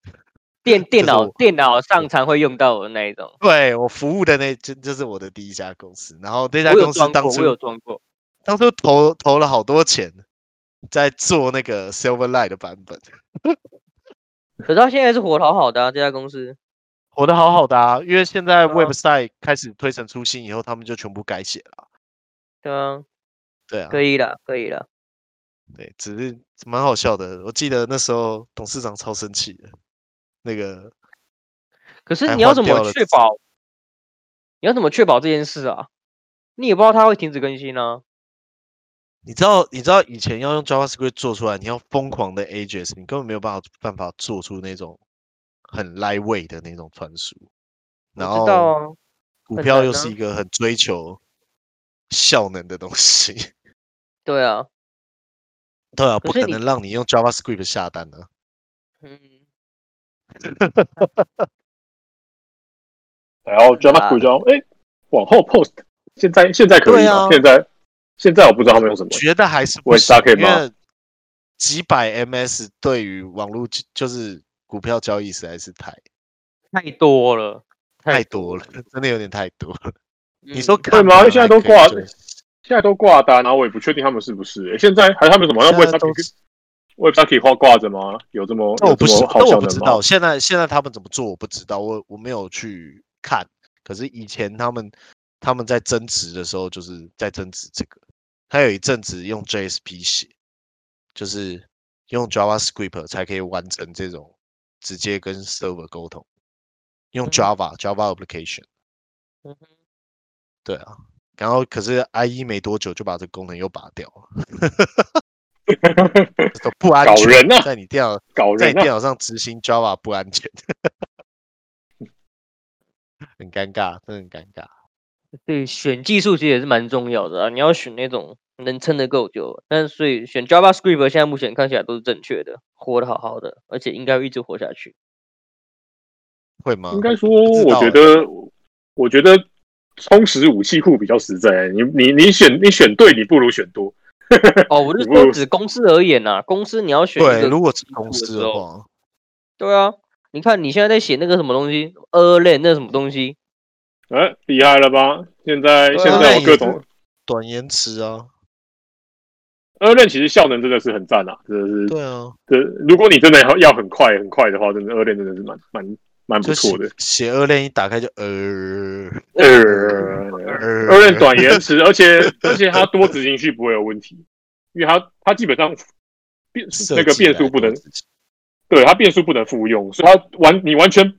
S3: 电电
S1: 就是
S3: 脑
S1: 我
S3: 电脑上常会用到的那一种。
S1: 对我服务的那就就是我的第一家公司，然后这
S3: 我
S1: 家
S3: 有
S1: 公司
S3: 装过，
S1: 当
S3: 我有
S1: 初
S3: 装过。
S1: 当初投投了好多钱。在做那个 Silverlight 的版本，
S3: 可是他现在是活得好好的啊，这家公司。
S1: 活得好好的啊，因为现在
S3: 对啊
S1: website 开始推陈出新以后，他们就全部改写了。
S3: 对啊，
S1: 对啊，
S3: 可以了，可以了。
S1: 对，只是蛮好笑的。我记得那时候董事长超生气的，那个
S3: 可是
S1: 还
S3: 你要
S1: 换
S3: 怎
S1: 掉
S3: 么
S1: 了
S3: 确保？你要怎么确保这件事啊？你也不知道它会停止更新啊。
S1: 你知道，你知道以前要用 JavaScript 做出来，你要疯狂的 AJS，你根本没有办法办法做出那种很 lightweight 的那种传输。
S3: 我
S1: 然
S3: 知道
S1: 后
S3: 啊，
S1: 股
S3: 很
S1: 票
S3: 难
S1: 又
S3: 啊
S1: 是一个很追求效能的东西，
S3: 对啊，
S1: 对啊，
S3: 可
S1: 不
S3: 是
S1: 可
S3: 你
S1: 能让你用 JavaScript 下单啊。
S3: 嗯，
S2: 然后 Java 组装，哎，往后 post，现在现在可以
S1: 对
S2: 吗？
S1: 啊
S2: 现在现在我不知道他们用什么。
S1: 觉得还是不
S2: 我也是
S1: 行
S2: 大，可以
S1: 因
S2: 骂
S1: 为几百 MS 对于网络就就是股票交易实在是太
S3: 太多了。
S1: 太多了，真的有点太多了。你
S3: 嗯
S1: 说
S2: 对吗
S1: 看
S2: 现在都
S1: 本来
S2: 挂
S1: 可以就是
S2: 现在都挂单，然后我也不确定他们是不是、欸。现在还有他们什么？那
S1: 现在
S2: Web
S1: 都
S2: Socket Web Socket 挂挂着吗？有这么
S1: 那我
S2: 有
S1: 不
S2: 这
S1: 知
S2: 么好
S1: 那我
S2: 效
S1: 不知
S2: 能吗
S1: 道，？现在现在他们怎么做我不知道，我我没有去看。可是以前他们他们在增值的时候，就是在增值这个。他有一阵子用 JSP 写，就是用 JavaScript 才可以完成这种直接跟 server 沟通，用
S3: 嗯
S1: Java、Java application。
S3: 嗯哼
S1: 对啊，然后可是 IE 没多久就把这个功能又拔掉了， 就说不安
S2: 搞
S1: 全，
S2: 人啊
S1: 在你电脑
S2: 搞
S1: 在
S2: 人
S1: 电
S2: 啊！
S1: 脑上执行 Java 不安全，很尴尬，真的很尴尬。
S3: 对，选技术其实也是蛮重要的啊。你要选那种能撑得够久，但所以选 JavaScript 现在目前看起来都是正确的，活得好好的，而且应该一直活下 去。
S1: 会吗？
S2: 应该说，
S1: 不知
S2: 我
S1: 道
S2: 觉得，我觉得充实武器库比较实在、你你你选你选对，你不如选多。
S3: 哦，我是
S2: 不如
S3: 说，只公司而言呐、公司你要选一
S1: 对，
S3: 个
S1: 如果是
S3: 技
S1: 公
S3: 术
S1: 司
S3: 的时
S1: 的
S3: 候
S1: 话，
S3: 对啊，你看你现在在写那个什么东西 e r l a n 那什么东西，
S2: 哎、厉害了吧？现在、
S3: 对啊
S2: 现在有各种
S1: 短延迟啊，
S2: 二链，其实效能真的是很赞啊，真的是。
S1: 对啊，
S2: 这如果你真的要要很快很快的话，真的二链真的是蛮蛮蛮不
S1: 就
S2: 错的
S1: 写。写二链一打开就呃
S2: 呃，
S1: 呃，
S2: 二链短延迟，而且 而且它多执行序不会有问题，因为它它基本上变
S1: 设
S2: 那个
S1: 计
S2: 变
S1: 来
S2: 数不
S1: 做
S2: 能，
S1: 自己
S2: 对它变数不能复用，所以它完你完全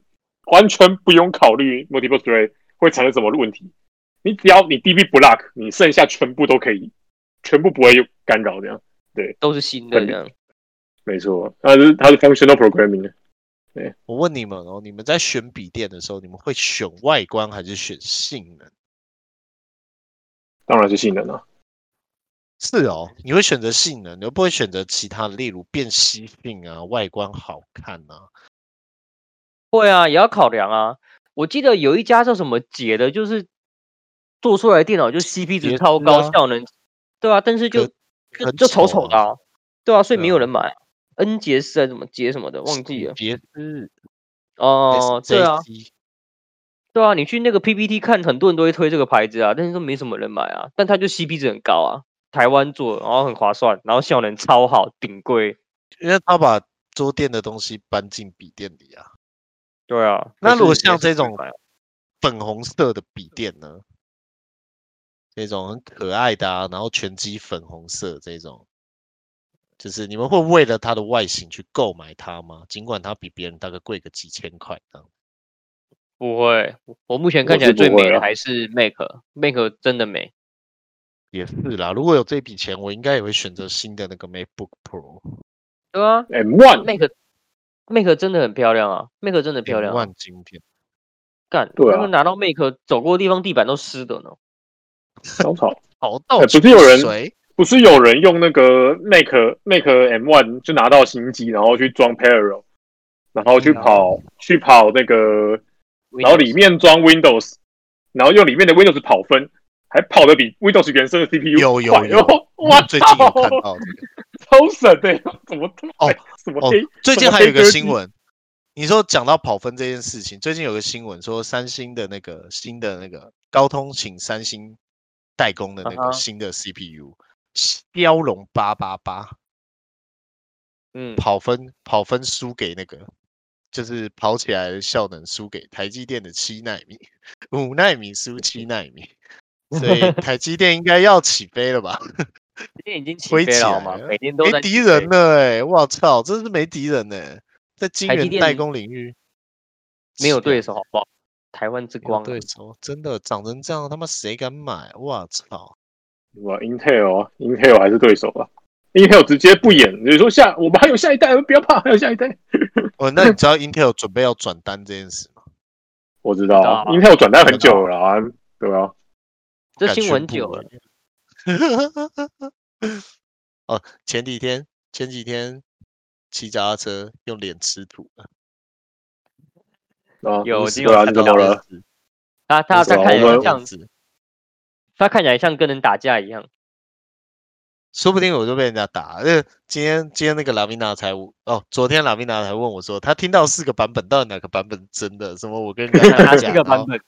S2: 完全不用考虑 multiple thread 会产生什么问题，你只要你 DB block，你剩下全部都可以，全部不会有干扰，这样
S3: 都是新的
S2: 很
S3: 这样。
S2: 没错，它是它是 functional programming，
S1: 我问你们哦，你们在选笔电的时候，你们会选外观还是选性能？
S2: 当然是性能啊，
S1: 是哦，你会选择性能，你又不会选择其他的，例如辨析性啊、外观好看啊。
S3: 会啊，也要考量啊。我记得有一家叫什么杰的，就是做出来的电脑就 CP
S1: 也
S3: 值超
S1: 是
S3: 高，
S1: 啊
S3: 效能，对啊，但是就
S1: 可
S3: 就
S1: 很
S3: 就丑
S1: 丑
S3: 丑的、啊，对啊，所以
S1: 对
S3: 没有
S1: 啊
S3: 人买啊。恩杰斯还是什么杰什么的，忘记了。
S1: 杰斯
S3: 哦，对啊，
S1: SJC
S3: 对啊，你去那个 PPT 看，很多人都会推这个牌子啊，但是都没什么人买啊。但它就 CP 值很高啊，台湾做的，然后很划算，然后效能超好，顶贵。
S1: 因为他把桌垫的东西搬进笔电里啊。
S3: 对啊，
S1: 那
S3: 可
S1: 如果
S3: 是也
S1: 像这
S3: 是贵
S1: 种
S3: 买啊
S1: 粉红色的笔电呢？这种很可爱的啊，然后全机粉红色这种，就是你们会为了它的外形去购买它吗？尽管它比别人大概贵个几千块这样。
S3: 不会，我目前
S2: 我
S3: 看起
S2: 是
S3: 来最
S2: 不会
S3: 美的
S2: 啊
S3: 还是 Make，Make 真的美。
S1: 也是啦，如果有这笔钱，我应该也会选择新的那个 MacBook Pro。
S3: 对啊
S2: M One，
S3: ，Make，Make 真的很漂亮啊，Make 真的漂亮啊。
S1: 万经典，
S3: 干，
S2: 对
S3: 他
S2: 啊
S3: 们拿到 Make 走过的地方地板都湿的呢。
S2: 小草，
S1: 好到
S2: 哎不
S1: 处
S2: 是有人
S1: 水
S2: 不是有人用那个 Make Make M One 就拿到新机，然后去装 Parallel，然后去
S3: 嗯
S2: 跑去跑那个，然后里面装 Windows，然后用里面的 Windows 跑分，还跑得比 Windows 原生的 CPU
S1: 有有
S2: 快
S1: 有嗯
S2: 哦哇，
S1: 最近有看
S2: 操
S1: 到这个
S2: 超神的、怎么他妈
S1: 哦
S2: 什么
S1: 哦
S2: 黑？，
S1: 最
S2: 什
S1: 近
S2: 么
S1: 还有
S2: 黑
S1: 一个
S2: 科
S1: 新
S2: 技
S1: 闻，你说讲到跑分这件事情，最近有个新闻说三星的那个新的那个高通请三星代工的那
S3: 啊哈
S1: 个新的 CPU，骁龙八八八
S3: 嗯，
S1: 跑分跑分输给那个，就是跑起来的效能输给台积电的七纳米，五纳米输七纳 米，所以台积电应该要起飞了吧？
S3: 今天已经起
S1: 挥
S3: 飞
S1: 起
S3: 了好
S1: 来
S3: 吗？
S1: 了
S3: 每 天都
S1: 没
S3: 在
S1: 敌
S3: 起
S1: 人
S3: 飞
S1: 了哎、欸，我操，真是没敌人呢、在晶
S3: 台积
S1: 圆
S3: 电
S1: 代工领域。
S3: 没有
S1: 起来
S3: 对手，好不好？台湾之
S1: 没有
S3: 光啊，
S1: 哦对手真的长成这样，他妈谁敢买？我操！
S2: 哇，Intel 啊，Intel 还是对手啊，Intel 直接不演，就是说下我们还有下一代，不要怕，还有下一代。
S1: 哦，那你知道 Intel 准备要转单这件事吗？
S2: 我知道啊
S3: 知道啊
S2: ，Intel 转单很久了啊，对啊，
S3: 这
S1: 敢
S3: 新闻
S1: 宣布
S3: 久
S1: 了
S3: 了，
S1: 哦，前几天前几天骑脚踏车用脸吃土了，
S2: 啊，
S3: 有
S2: 对
S3: 有
S2: 啊，
S3: 看
S2: 你怎么
S1: 到
S2: 了？
S1: 脸
S3: 他他
S2: 是
S3: 他
S2: 啊
S3: 看起
S2: 我
S3: 来
S2: 们
S3: 像
S1: 子，
S3: 他看起来像跟人打架一样。
S1: 说不定我就被人家打。呃，今天今天那个拉米娜才问哦，昨天拉米娜才问我说，他听到四个版本，到底哪个版本是真的？什么我跟人家打
S3: 他
S1: 架，
S3: 这个
S1: 然后
S3: 版本，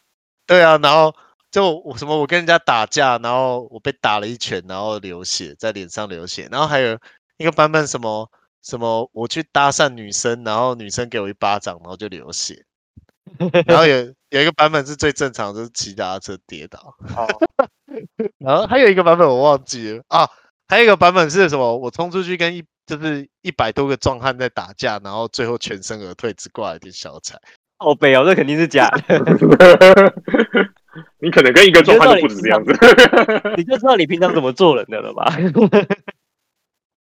S1: 对啊，然后就我什么，我跟人家打架，然后我被打了一拳，然后流血，在脸上流血，然后还有一个版本什么什么，我去搭讪女生，然后女生给我一巴掌，然后就流血，然后有有一个版本是最正常，就是骑脚踏车跌倒， 然后还有一个版本我忘记了啊，还有一个版本是什么，我冲出去跟一就是一百多个壮汉在打架，然后最后全身而退，只挂了一点小彩。
S3: 哦，北哦，这肯定是假的。
S2: 你可能跟一个状态都不止这样子，
S3: 你就知道你平常怎么做人的了吧？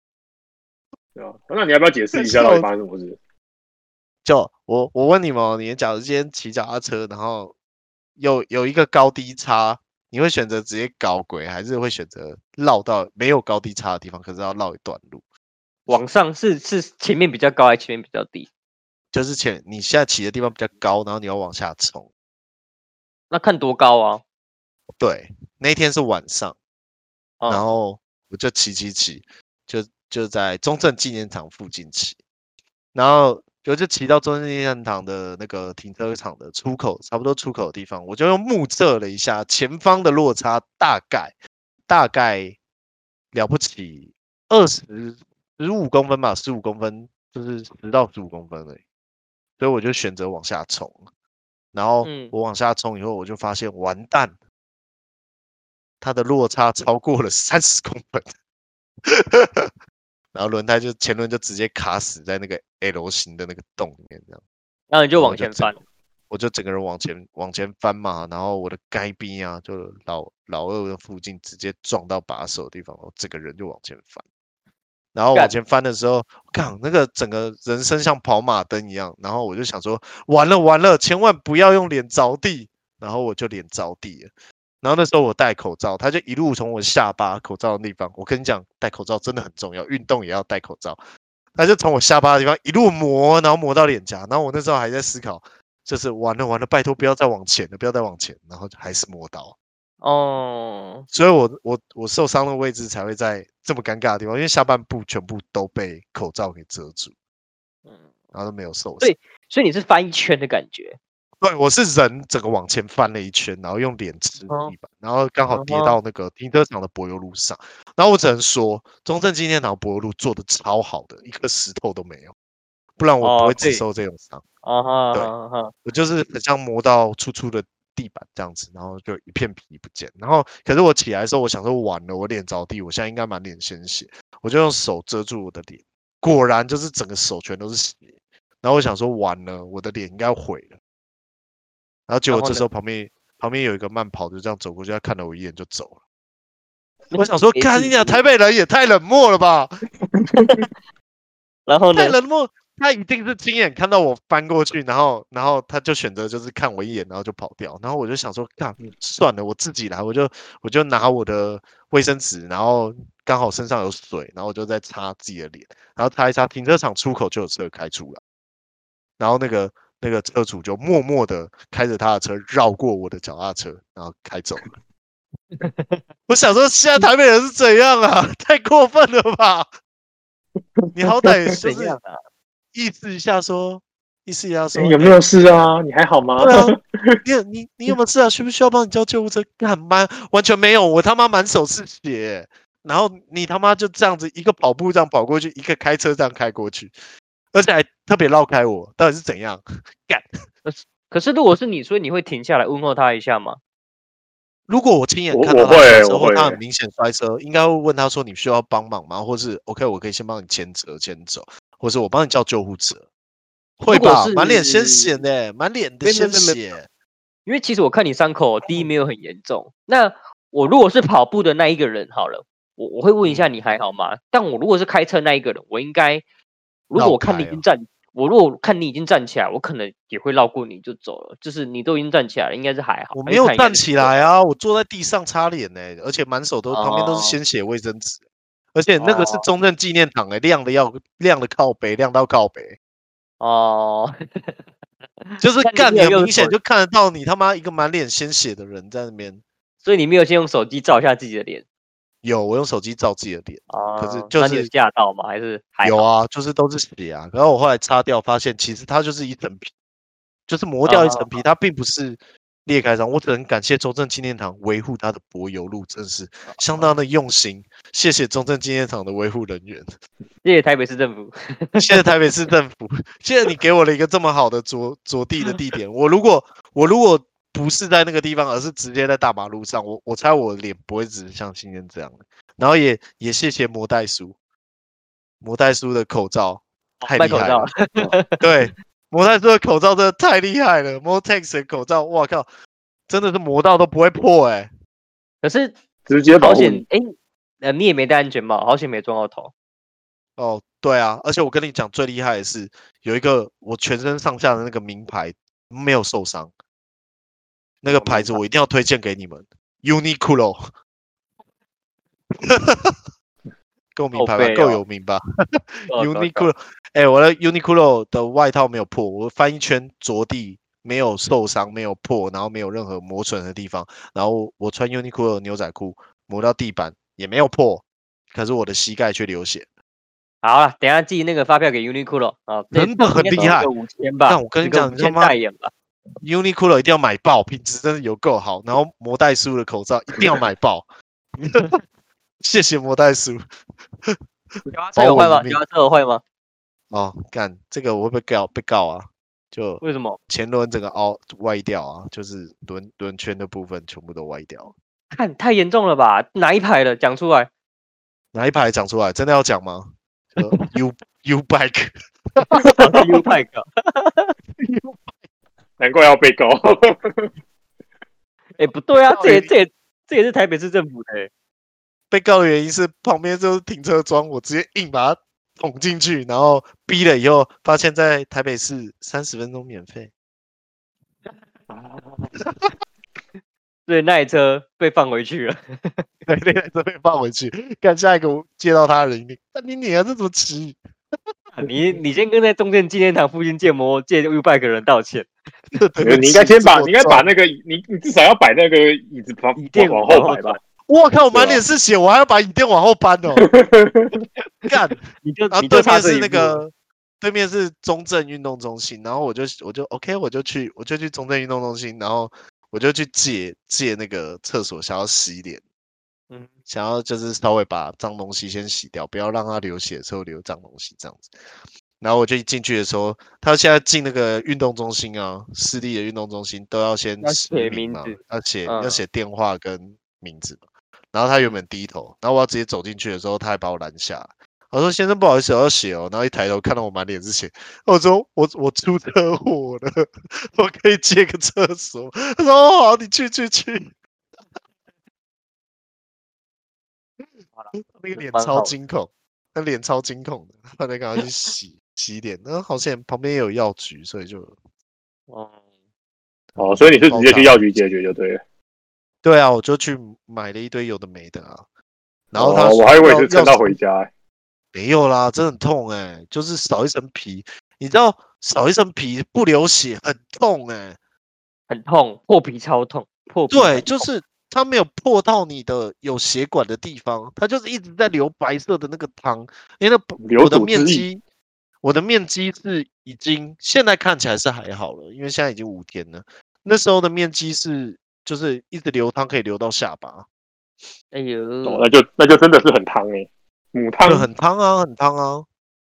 S2: 对啊， 那你要不要解释一下到底发生什么事？
S1: 就我我问你们哦，你假如今天骑脚踏车，然后有有一个高低差，你会选择直接搞轨，还是会选择绕到没有高低差的地方，可是要绕一段路？
S3: 往上是是前面比较高还是前面比较低？
S1: 就是前你现在骑的地方比较高，然后你要往下冲。
S3: 那看多高啊？
S1: 对，那一天是晚上，
S3: 啊、
S1: 然后我就骑骑骑，就就在中正纪念堂附近骑，然后我就骑到中正纪念堂的那个停车场的出口，差不多出口的地方，我就用目测了一下前方的落差，大概大概了不起二十十五公分吧，十五公分就是十到十五公分而已，所以我就选择往下冲，然后
S3: 嗯
S1: 我往下冲以后，我就发现完蛋。它的落差超过了三十公分， 然后轮胎就前轮就直接卡死在那个 L 型的那个洞里面，这样
S3: 然后你就
S1: 然后
S3: 往前
S1: 整个
S3: 翻。
S1: 我就整个人往前往前翻嘛，然后我的该逼啊，就老老二的附近直接撞到把手的地方，我整个人就往前翻，然后往
S3: 干
S1: 前翻的时候，看那个整个人生像跑马灯一样，然后我就想说，完了完了，千万不要用脸着地，然后我就脸着地了。然后那时候我戴口罩，他就一路从我下巴口罩的地方，我跟你讲，戴口罩真的很重要，运动也要戴口罩。他就从我下巴的地方一路磨，然后磨到脸颊，然后我那时候还在思考，就是完了完了，拜托不要再往前了，不要再往前，然后还是磨到，
S3: 哦，
S1: 所以我我我受伤的位置才会在这么尴尬的地方，因为下半部全部都被口罩给遮住，
S3: 嗯，
S1: 然后都没有受伤。
S3: 对所以你是翻一圈的感觉，
S1: 对，我是人整个往前翻了一圈，然后用脸吃地
S3: 哦
S1: 板，然后刚好
S3: 嗯
S1: 跌
S3: 哼
S1: 到那个停车场的柏油路上。然后我只能说，中正纪念堂柏油路做的超好的，一颗石头都没有，不然我
S3: 哦
S1: 不会只
S3: 对
S1: 受这种伤。
S3: 哦哈
S1: 对
S3: 哈哈，
S1: 我就是很像磨到粗粗的地板这样子，然后就一片皮不见。然后可是我起来的时候，我想说完了，我脸着地，我现在应该满脸鲜血，我就用手遮住我的脸，果然就是整个手全都是血。然后我想说完了，我的脸应该要毁了。然后结
S3: 然
S1: 果
S3: 后
S1: 这
S3: 呢
S1: 时候旁边旁边有一个慢跑的就这样走过去，他看了我一眼就走了。
S3: 那
S1: 我想说，
S3: 没
S1: 看
S3: 事
S1: 你俩台北人也太冷漠了吧，
S3: 然后呢
S1: 太，冷漠。他一定是亲眼看到我翻过去，然后，然后他就选择就是看我一眼，然后就跑掉。然后我就想说，干算了，我自己来。我就我就拿我的卫生纸，然后刚好身上有水，然后我就在擦自己的脸，然后擦一擦。停车场出口就有车开出来，然后那个那个车主就默默的开着他的车绕过我的脚踏车，然后开走了。 我想说，现在台北人是怎样啊？ 太过分了吧！ 你好 歹也就
S3: 怎
S1: 是
S3: 样啊？
S1: 意思一下说，意思一下说，
S2: 有没有事啊？你还好吗？
S1: 对啊，你有你你有没有事啊？需不需要帮你叫救护车？干嘛？完全没有，我他妈满手是血。然后你他妈就这样子一个跑步这样跑过去，一个开车这样开过去，而且还特别绕开我，到底是怎样？
S3: 可是如果是你，所以你会停下来问候他一下吗？
S1: 如果我亲眼
S2: 我
S1: 看
S2: 我
S1: 到他
S2: 会
S1: 摔车，
S2: 我
S1: 或
S2: 会
S1: 他很明显摔车，应该会问他说你需要帮忙吗？或是 OK，我可以先帮你牵车牵走，或是我帮你叫救护车，会
S3: 如果
S1: 吧？满脸鲜
S3: 是
S1: 血呢，满脸的
S3: 没没
S1: 鲜
S3: 没没
S1: 血。
S3: 因为其实我看你伤口，哦第
S1: 嗯
S3: 一没有很严重。那我如果是跑步的那一个人，好了，我我会问一下
S1: 嗯
S3: 你还好吗？但我如果是开车那一个人，我应该，如
S1: 绕
S3: 果我看你已
S1: 开
S3: 经
S1: 哦
S3: 站，我如果看你已经站起来，我可能也会绕过你就走了。就是你都已经站起来了，应该是还好。
S1: 我
S3: 还
S1: 没
S3: 是
S1: 有
S3: 看应该
S1: 站
S3: 是
S1: 起
S3: 不错，
S1: 来啊，我坐在地上擦脸呢、欸而且满手都旁边都是
S3: 哦
S1: 鲜血卫生纸，而且那个是
S3: 哦
S1: 中正纪念堂哎、亮的要亮的靠北，亮到靠 北，
S3: 哦，
S1: 就是
S3: 那你
S1: 干
S3: 没有
S1: 你
S3: 用
S1: 明显
S3: 手
S1: 就看得到你他妈一个满脸鲜血的人在那边。
S3: 所以你没有先用手机照一下自己的脸
S1: 有，我用手机照自己的脸，
S3: 啊？
S1: 是
S3: 哦
S1: 就
S3: 那你有
S1: 是
S3: 吓到吗？还是还
S1: 有
S3: 好
S1: 啊，就是都是血啊。然后我后来擦掉，发现其实它就是一层皮，就是磨掉一层
S3: 嗯
S1: 皮，它并不是裂开伤。我只能感谢中正纪念堂维护它的柏油路，真是相
S3: 哦
S1: 当的用心。谢谢中正纪念堂的维护人员。
S3: 谢谢台北市政府。
S1: 谢谢台北市政府，谢谢你给我了一个这么好的着着地的地点。我如果我如果不是在那个地方，而是直接在大马路上，我我猜我脸不会只是像今天这样的。然后也也谢谢魔袋叔，魔袋叔的口罩太
S3: 卖
S1: 厉
S3: 哦口
S1: 害
S3: 罩
S1: 了，对，魔袋叔的口罩真的太厉害了，Motex 的口罩，哇靠，真的是磨到都不会破哎、
S3: 可是
S2: 直接保
S3: 好
S2: 护
S3: 险
S2: 你，，
S3: 哎、呃，你也没戴安全帽，好险没撞到头。
S1: 哦，对啊，而且我跟你讲，最厉害的是有一个我全身上下的那个名牌没有受伤，那个
S3: 什么
S1: 牌
S3: 名
S1: 子
S3: 牌
S1: 我一定要推荐给你们，Uniqlo，够名
S3: 好
S1: 牌吧，
S3: 背
S1: 够
S3: 哦
S1: 有名吧
S3: 哦懂懂
S1: ？Uniqlo，哎、我的 Uniqlo 的外套没有破，我翻一圈着地没有受伤，没有破，然后没有任何磨损的地方，然后我穿 Uniqlo 的牛仔裤磨到地板也没有破，可是我的膝盖却流血。
S3: 好了，等一下寄那个发票给 Uniqlo 啊，这
S1: 真的很
S3: 应该
S1: 厉
S3: 总
S1: 害
S3: 共有五千吧？
S1: 但我跟你讲
S3: 五
S1: 你知道
S3: 千
S1: 吗
S3: 代言吧，
S1: Uniqlo 一定要买爆，品质真的有够好。然后魔袋叔的口罩一定要买爆， 谢谢魔袋叔。
S3: 这
S1: 保
S3: 有
S1: 我
S3: 坏
S1: 一
S3: 吗？
S1: 命
S3: 有啊这有坏吗？
S1: 哦，干这个我会不会告被告啊？就
S3: 为什么？
S1: 前轮整个凹歪掉啊，就是轮轮圈的部分全部都歪掉。
S3: 看太严重了吧？哪一排的？讲出来。
S1: 哪一排讲出来？真的要讲吗？就 U U bike，
S3: U 派克，
S2: 难怪要被告。
S3: 哎，不对啊，
S1: 到
S3: 这也
S1: 底
S3: 这也这也是台北市政府的欸。
S1: 被告的原因是旁边就是停车桩，我直接硬把它捅进去，然后逼了以后，发现在台北市三十分钟免费。
S3: 对，那一车被放回 去了。
S1: 对，那台车被放回去，看下一个我接到他的人一定，那你女儿这怎么骑？
S3: 你你先跟在中正纪念堂附近建模借 U bike 的人道歉，
S1: 对
S2: 你应该先 把，你应该把那个你你至少要摆那个椅子旁
S3: 椅垫
S2: 往
S3: 往
S2: 后
S3: 后
S2: 摆吧。
S1: 我靠，我
S2: 啊
S1: 满脸是血，我还要把椅垫往后搬哦， 干！
S3: 你就
S1: 然后
S3: 你就
S1: 啊对
S3: 差
S1: 面
S3: 这
S1: 是
S3: 一
S1: 那
S3: 步了。
S1: 个对面是中正运动中心，然后我就我就 OK，我就去我就去中正运动中心，然后我就去借借那个厕所，想要洗脸，
S3: 嗯，
S1: 想要就是稍微把脏东西先洗掉，不要让它流血的时候留脏东西这样子。然后我就一进去的时候，他现在进那个运动中心啊，私立的运动中心都要先
S3: 要
S1: 实名
S3: 写名
S1: 嘛
S3: 字，
S1: 要写、要
S3: 嗯
S1: 写电话跟名字嘛。然后他原本低头，然后我要直接走进去的时候，他还把我拦下来。我说：“先生，不好意思，我要血哦。”然后一抬头看到我满脸是血，我说：“我我出车祸了， 我可以借个厕所。”他说：“哦，好，你去去去。”
S3: 好啦
S1: 那个脸
S3: 蛮
S1: 超
S3: 好的
S1: 惊恐，那脸超惊恐的，他在赶快去 洗洗脸。然后好险旁边也有药局，所以就
S3: 哦，
S2: 哦，所以你是直接去药局解决就对了。
S1: 对啊，我就去买了一堆有的没的啊。然后他、
S2: 哦、我还以为是撑到回家、欸。
S1: 没有啦，真的很痛哎、就是少一层皮，你知道少一层皮不流血很痛哎、
S3: 很痛，破皮超痛，破皮
S1: 对，
S3: 很
S1: 就
S3: 痛
S1: 是它没有破到你的有血管的地方，它就是一直在流白色的那个汤。因为那不
S2: 流
S1: 我的
S2: 组
S1: 面
S2: 织液
S1: 积，我的面积是已经现在看起来是还好了，因为现在已经五天了。那时候的面积是就是一直流汤可以流到下巴，
S3: 哎呦，
S2: 哦，那就那就真的是很烫哎、母汤
S1: 就很汤啊，很汤啊。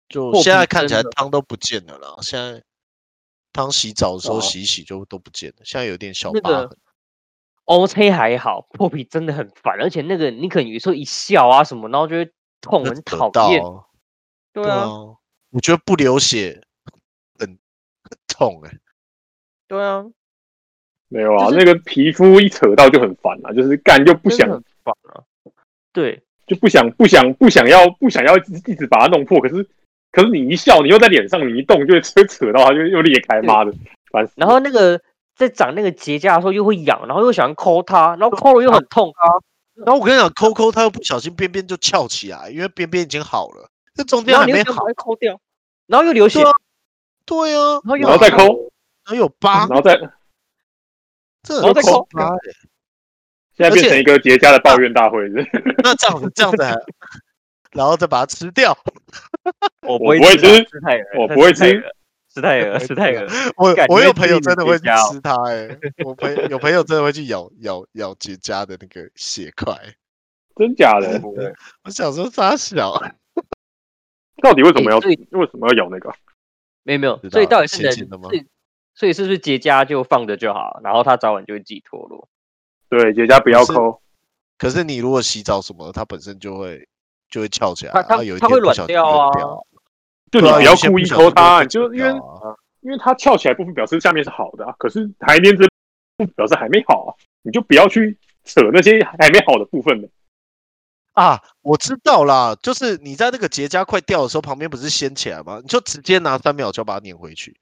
S1: 就
S3: 破
S1: 现在
S3: 皮
S1: 看起
S3: 真
S1: 来
S3: 的
S1: 汤都不见了啦，现在汤洗澡的时候
S2: 哦
S1: 洗一洗就都不见了，现在有点小
S3: 那
S1: 疤
S3: 个
S1: 痕。
S3: OK 还好，破皮真的很烦，而且那个你可能有时候一笑啊什么，然后就会痛，
S1: 那
S3: 很
S1: 得
S3: 讨
S1: 到
S3: 厌。
S1: 啊
S3: 对啊，，
S1: 我觉得不流血很很痛哎、
S3: 对啊，
S2: 没有啊，
S3: 就
S2: 那
S3: 是
S2: 个皮肤一扯到就很烦啊，就是干就不
S3: 真的
S2: 想
S3: 很烦啊。对，
S2: 就不想不想不想要不想要一直一直把它弄破，可是可是你一笑，你又在脸上，你一动就会扯扯到它就又裂开，
S3: 对
S2: 妈的，烦死了！
S3: 然后那个在长那个结痂的时候又会痒，然后又想抠它，然后抠了又很痛啊。
S1: 然后我跟你讲，抠抠它又不小心边边就翘起来，因为边边已经好了，那中间
S3: 然后
S1: 还
S3: 你
S1: 啊
S3: 又
S1: 没
S3: 想
S1: 好
S3: 把。它抠掉，然后又流血
S1: 对，啊，对啊，
S3: 然后又
S2: 然后再抠，
S1: 然后有疤
S2: 然，后再
S1: 这
S3: 后再
S1: 很
S3: 抠
S1: 奇葩欸
S2: 现在变成一个结痂的抱怨大会 是不是
S1: 那这样子这样子还， 然后再把它吃掉。
S3: 我
S2: 我不会吃
S3: 吃太恶，
S2: 我不会吃
S3: 吃太恶，吃
S1: 啊
S3: 太恶。
S1: 我
S3: 干
S1: 我
S3: 你
S1: 有
S3: 会
S1: 朋
S3: 吃
S1: 友
S3: 你
S1: 真的
S3: 的
S1: 会去
S3: 结痂哦
S1: 吃它哎、我朋友有朋友真的会去咬咬咬结痂的那个血块。
S2: 真假的？
S1: 我想说它小，
S2: 到底为什么要
S3: 哎所以
S2: 为什么要咬那个？
S3: 没有没有
S1: 知，
S3: 所以
S1: 道
S3: 到底是
S1: 写
S3: 能
S1: 信的吗
S3: 是，所以是不是结痂就放着就好，然后它早晚就会自己脱落？
S2: 对，结痂不要抠，
S1: 可是你如果洗澡什么的，它本身就会就会翘起来，
S3: 它它
S1: 然后有一
S3: 它
S1: 天
S3: 会
S1: 不
S3: 软
S1: 小心
S3: 掉
S1: 就
S3: 啊
S1: 掉
S2: 就你
S1: 对啊
S2: 不
S1: 有
S2: 要
S1: 一些
S2: 故
S1: 不
S2: 意
S1: 小
S2: 抠
S1: 心就
S2: 它，
S1: 会
S2: 就
S1: 剪
S2: 因为
S1: 掉啊
S2: 因为它翘起来部分表示下面是好的啊，可是还连着部分表示还没好啊，你就不要去扯那些还没好的部分了。
S1: 啊，我知道啦，就是你在那个结痂快掉的时候，旁边不是掀起来吗？你就直接拿三秒就把它粘回去，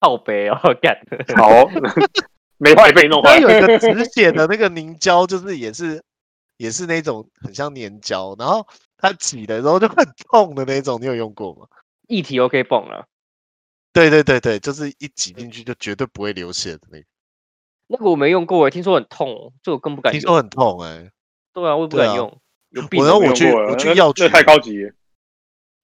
S3: 靠背哦， 干。
S2: 好哦， 没坏被弄
S1: 它
S2: 坏，
S1: 有一个止血的那个凝胶，就是也是也是那种很像粘胶，然后它挤的时候就很痛的那种，你有用过吗？
S3: 一体 OK 泵了。
S1: 对对对对，就是一挤进去就绝对不会流血的那个，
S3: 那个我没用过诶，听说很痛哦，这我更不敢
S1: 听
S3: 用。
S1: 说很痛哎、
S3: 对啊，我也不
S1: 对
S3: 敢
S1: 啊
S3: 用，有病
S1: 我
S3: 哦。
S1: 要我
S2: 没用
S1: 去
S2: 过了
S1: 我去
S2: 那
S1: 药局
S2: 那太高级了。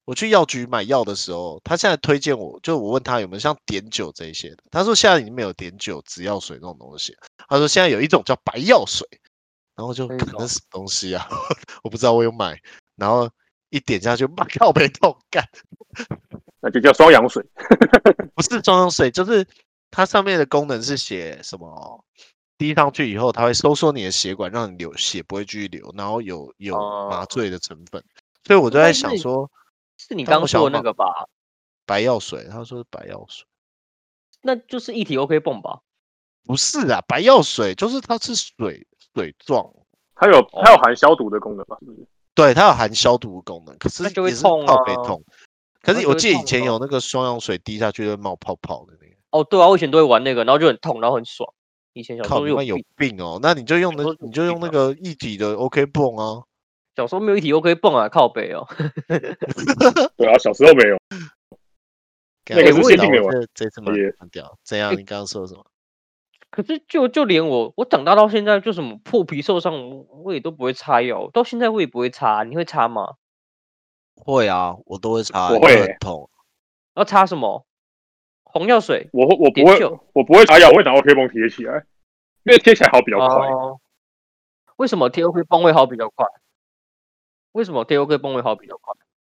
S1: 我去药局买药的时候，他现在推荐我，就我问他有没有像碘酒这一些的，他说现在已经没有碘酒、紫药水那种东西，他说现在有一种叫白药水，然后就
S3: 那一
S1: 可能
S3: 种
S1: 什么东西啊， 我不知道，我有买，然后一点下去，妈靠，没痛干，
S2: 那就叫双氧水。
S1: 不是双氧水，就是它上面的功能是写什么，滴上去以后，它会收缩你的血管，让你流血不会继续流，然后有有麻
S3: 哦
S1: 醉的成分，所以我就
S3: 应
S1: 在
S3: 该
S1: 想
S3: 是
S1: 说
S3: 是你
S1: 但
S3: 刚
S1: 我
S3: 刚
S1: 想
S3: 说的
S1: 要
S3: 那个吧？
S1: 白药水，他说是白药水。
S3: 那就是一体 OK 泵吧？
S1: 不是啊，白药水就是它是水水状，
S2: 它有它有含消毒的功能吧？是不是
S1: 对，它有含消毒的功能，可是
S3: 那就会
S1: 也是
S3: 痛
S1: 靠背
S3: 啊
S1: 痛。可
S3: 那
S1: 是
S3: 就
S1: 我
S3: 会
S1: 记得以
S3: 痛
S1: 前
S3: 啊
S1: 有那个双氧水滴下去会冒泡泡的那个，
S3: 哦，对啊，我以前都会玩那个，然后就很痛，然后很爽。以前小时
S1: 靠
S3: 候
S1: 你
S3: 有
S1: 妈有
S3: 病，
S1: 病哦！那你就用
S3: 小
S1: 那
S3: 时候就
S1: 你
S3: 有
S1: 就用
S3: 病
S1: 那
S3: 啊
S1: 个一体的 OK 泵啊，
S3: 小时候没有一体 OK 泵啊，靠背哦。
S2: 对啊，小时候没有，
S1: 干
S2: 那个
S1: 我
S3: 是
S1: 不知
S3: 先
S1: 道
S2: 进给我
S1: 觉得这次蛮
S2: 也
S1: 蛮屌。怎样？你刚刚说什么？
S3: 可是就就连我，我长大到现在，就什么破皮受伤，我我也都不会擦药，到现在我也不会擦，你会擦吗？
S1: 会啊，我都会擦，
S2: 我
S1: 因为
S2: 会
S1: 很
S2: 欸
S1: 痛。
S3: 要擦什么？红药水
S2: 我会我不
S3: 碘
S2: 会
S3: 酒
S2: 我不会擦药，我会拿我黑绷贴起来，因为贴起来好比较快。
S3: 哦。为什么贴 OK 泵会好比较快？为什么贴 OK 泵会好比较快？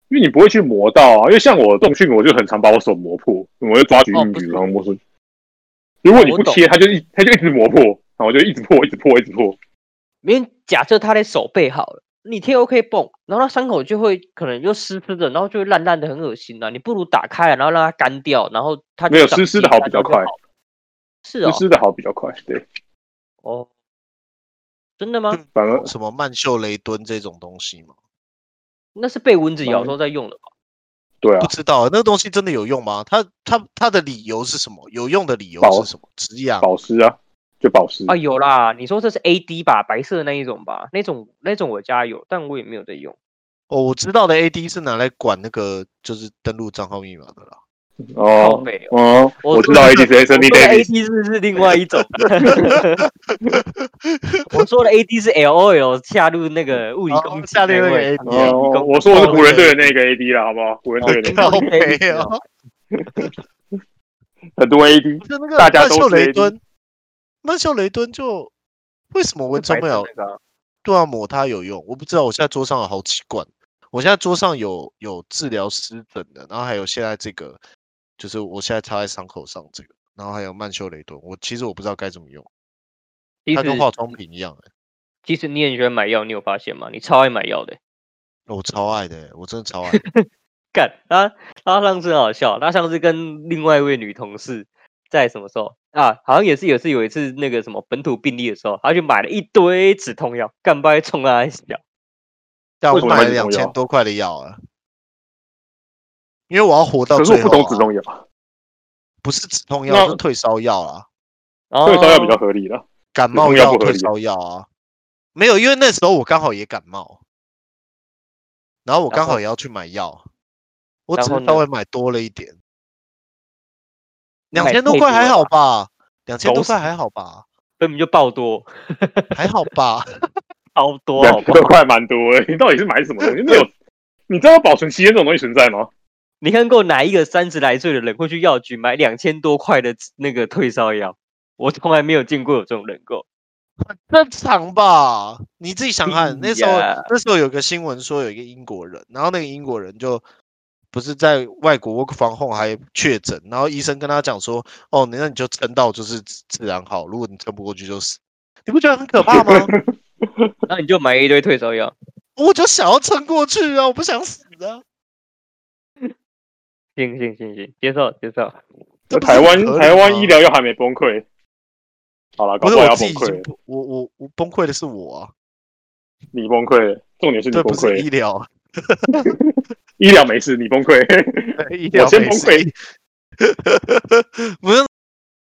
S2: 因为你不会去磨到啊。因为像我重训，我就很常把我手磨破，我就抓举
S3: 哦
S2: 硬
S3: 不
S2: 举，
S3: 是
S2: 然后磨出去。如果你
S3: 我
S2: 不
S3: 懂
S2: 切，它就一它就一直磨破，然后我就一直破，一直破，一直破。
S3: 因为假设他的手背好了，你贴 OK 泵，然后他伤口就会可能就湿湿的，然后就会烂烂的，很恶心啊。你不如打开了，然后让它干掉，然后它就
S2: 没有
S3: 长
S2: 湿湿的
S3: 结
S2: 好
S3: 痂
S2: 比
S3: 之后
S2: 较
S3: 就
S2: 快
S3: 好了。是
S2: 就
S3: 哦，
S2: 湿的好比较快，对，
S3: 哦，真的吗？
S2: 反而
S1: 什么曼秀雷敦这种东西吗？
S3: 那是被蚊子咬
S2: 蛮
S3: 时候在用的吧？
S2: 对啊
S1: 不，知道那个东西真的有用吗？它它它的理由是什么？有用的理由
S2: 保
S1: 是什么？止痒
S2: 保湿啊，就保湿
S3: 啊，。有啦，你说这是 AD 吧，白色的那一种吧，那种那种我家有，但我也没有在用。
S1: 哦，我知道的 AD 是拿来管那个就是登录账号密码的啦。
S3: 靠
S2: 哦
S3: 北哦
S2: 哦，
S3: 我
S2: 我知道
S3: 我
S2: AD 是 Anthony
S3: 我说的
S2: Davis，
S3: AD 是是另外 一种，我说的 AD 是 LOL 下入那个物理
S1: 哦
S3: 攻击
S1: 下列那个
S3: 位啊
S1: AD
S3: 物理攻
S2: 哦，
S3: 击
S2: 我说我是湖人队的那个 AD 了，好不好？湖人队的那
S1: 靠
S2: 个
S3: 哦
S1: 北
S3: 哦
S1: 哦，
S2: 很多 AD，
S1: 就那个
S2: 大家
S1: 曼
S2: 都
S1: 秀
S2: 是
S1: 雷
S2: AD
S1: 敦，曼秀雷敦就为什么文
S3: 是白
S1: 章没
S3: 色
S1: 有
S3: 那个啊
S1: 对啊抹它有用？我不知道，我现在桌上有好几罐，我现在桌上有有治疗湿疹的，然后还有现在这个，就是我现在插在伤口上这个，然后还有曼秀雷敦，我其实我不知道该怎么用，
S3: 其
S1: 它
S3: 实
S1: 跟化妆品一样、欸，
S3: 其实你很喜欢买药，你有发现吗？你超爱买药的。
S1: 我超爱的欸、我真的超爱。
S3: 干他，他上次很好笑，他上次跟另外一位女同事在什么时候啊？好像也是有一次有一次那个什么本土病例的时候，他去买了一堆止痛药，干杯冲他一笑。
S1: 但
S2: 为
S1: 我
S2: 什么
S1: 买
S2: 买
S1: 了
S2: 止
S1: 两
S2: 痛
S1: 千
S2: 药
S1: 多块的药啊，因为我要活到
S2: 可是我
S1: 最
S2: 不
S1: 后、
S2: 懂止
S1: 啊。
S2: 痛药，
S1: 不是止痛药，
S2: 那
S1: 是退烧药啊，
S3: 哦
S2: 退烧药比较合理了。
S1: 感
S2: 止
S1: 冒
S2: 痛药
S1: 药、
S2: 不合
S1: 退
S2: 理
S1: 烧药啊。没有，因为那时候我刚好也感冒，然后我
S3: 然
S1: 刚
S3: 后
S1: 好也要去买药，我只
S3: 然后
S1: 是
S3: 呢
S1: 稍微买多了一点，两
S3: 买
S1: 千多
S3: 太
S1: 块
S3: 多
S1: 还
S3: 了
S1: 好吧？两千
S3: 狗
S1: 多块
S3: 屎
S1: 还好吧？
S3: 根本就爆多，
S1: 还好吧？
S3: 超多好
S2: 两
S3: 不
S2: 千
S3: 好
S2: 多？块蛮多诶，你到底是买什么东西？没有，你知道保存期间这种东西存在吗？
S3: 你看过哪一个三十来岁的人会去药局买两千多块的止那个退烧药？我从来没有见过有这种人过。
S1: 正常吧？你自己想看，那时候
S3: 呀
S1: 那时候有个新闻说有一个英国人，然后那个英国人就不是在外国 work from home 还确诊，然后医生跟他讲说，哦，你那你就撑到就是自自然好，如果你撑不过去就死。你不觉得很可怕吗？
S3: 那你就买一堆退烧药，
S1: 我就想要撑过去啊，我不想死啊。
S3: 行行行行，接受接受。
S1: 这不是
S2: 台湾
S1: 很合理
S2: 台湾
S1: 吗
S2: 医疗又还没崩溃，好了，搞
S1: 不是
S2: 好
S1: 我
S2: 要
S1: 自己
S2: 崩
S1: 已
S2: 溃
S1: 经
S2: 了，
S1: 不我我我崩溃的是我啊，
S2: 你崩溃了，重点是你
S1: 对，
S2: 崩
S1: 不
S2: 溃
S1: 是
S2: 了
S1: 医，疗，
S2: 医疗没事，你崩溃，
S1: 医疗
S2: 先
S1: 没
S2: 崩
S1: 事不是，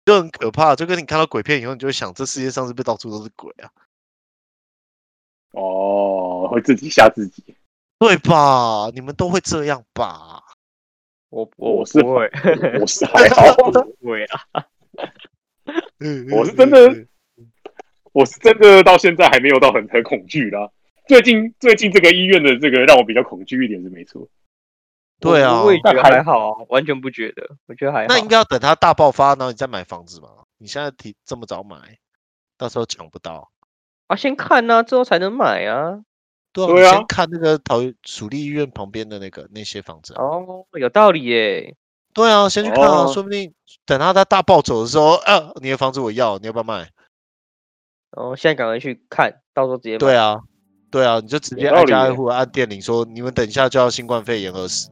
S1: 就很可怕。就跟你看到鬼片以后，你就会想，这世界上是不是到处都是鬼啊？
S2: 哦，会自己吓自 己，
S1: 对吧？你们都会这样吧？
S3: 我
S2: 我
S3: 我
S2: 是
S3: 不会，
S2: 我是还 好，
S3: 不会啊。
S2: 我是真的
S1: 嗯
S2: 我是真的到现在还没有到很很恐惧啦。最近最近这个医院的这个让我比较恐惧一点是没错，
S1: 对啊
S3: 我，也觉
S2: 但
S3: 得
S2: 还
S3: 还好啊，完全不觉得，我觉得还好。
S1: 那应该要等它大爆发，然后你再买房子嘛。你现在提这么早买，到时候抢不到。
S3: 啊，先看呐、之后才能买啊。
S1: 对啊，
S2: 对
S1: 你
S2: 啊
S1: 先看那个桃园蜀立医院旁边的那个那些房子啊。
S3: 哦，有道理耶。
S1: 对啊，先去看啊，
S2: 哦
S1: 说不定等它它大暴走的时候，呃，你的房子我要，你要不要卖？
S3: 哦，现在赶快去看，到时候直接买。
S1: 对啊，对啊，你就直接
S2: 有道
S1: 挨
S2: 理
S1: 家挨
S2: 耶
S1: 户按电铃说，你们等一下就要新冠肺炎而死，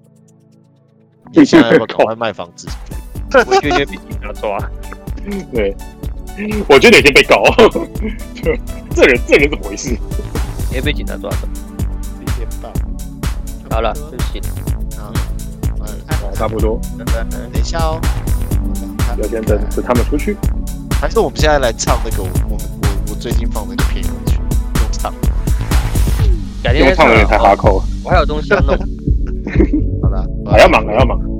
S1: 你们现在要不要赶快卖房子？
S3: 我觉得你会被警察抓。
S2: 对，我觉得已经被告， 就这人这人怎么回事？
S3: 也被警察抓的。
S1: 一点半，
S3: 好了，对不起，
S1: 好，嗯
S2: 哎差不多，
S3: 拜拜。
S1: 呃等一下哦，我想看
S2: 要先等等他们出去。
S1: 还是我们现在来唱那个我我我我最近放那个片尾曲，不用唱。
S3: 改天
S2: 用
S3: 再
S2: 唱的有点
S3: 啊
S2: 太哈扣，
S3: 我还有东西要弄。
S1: 好了，
S2: 还要忙还要忙。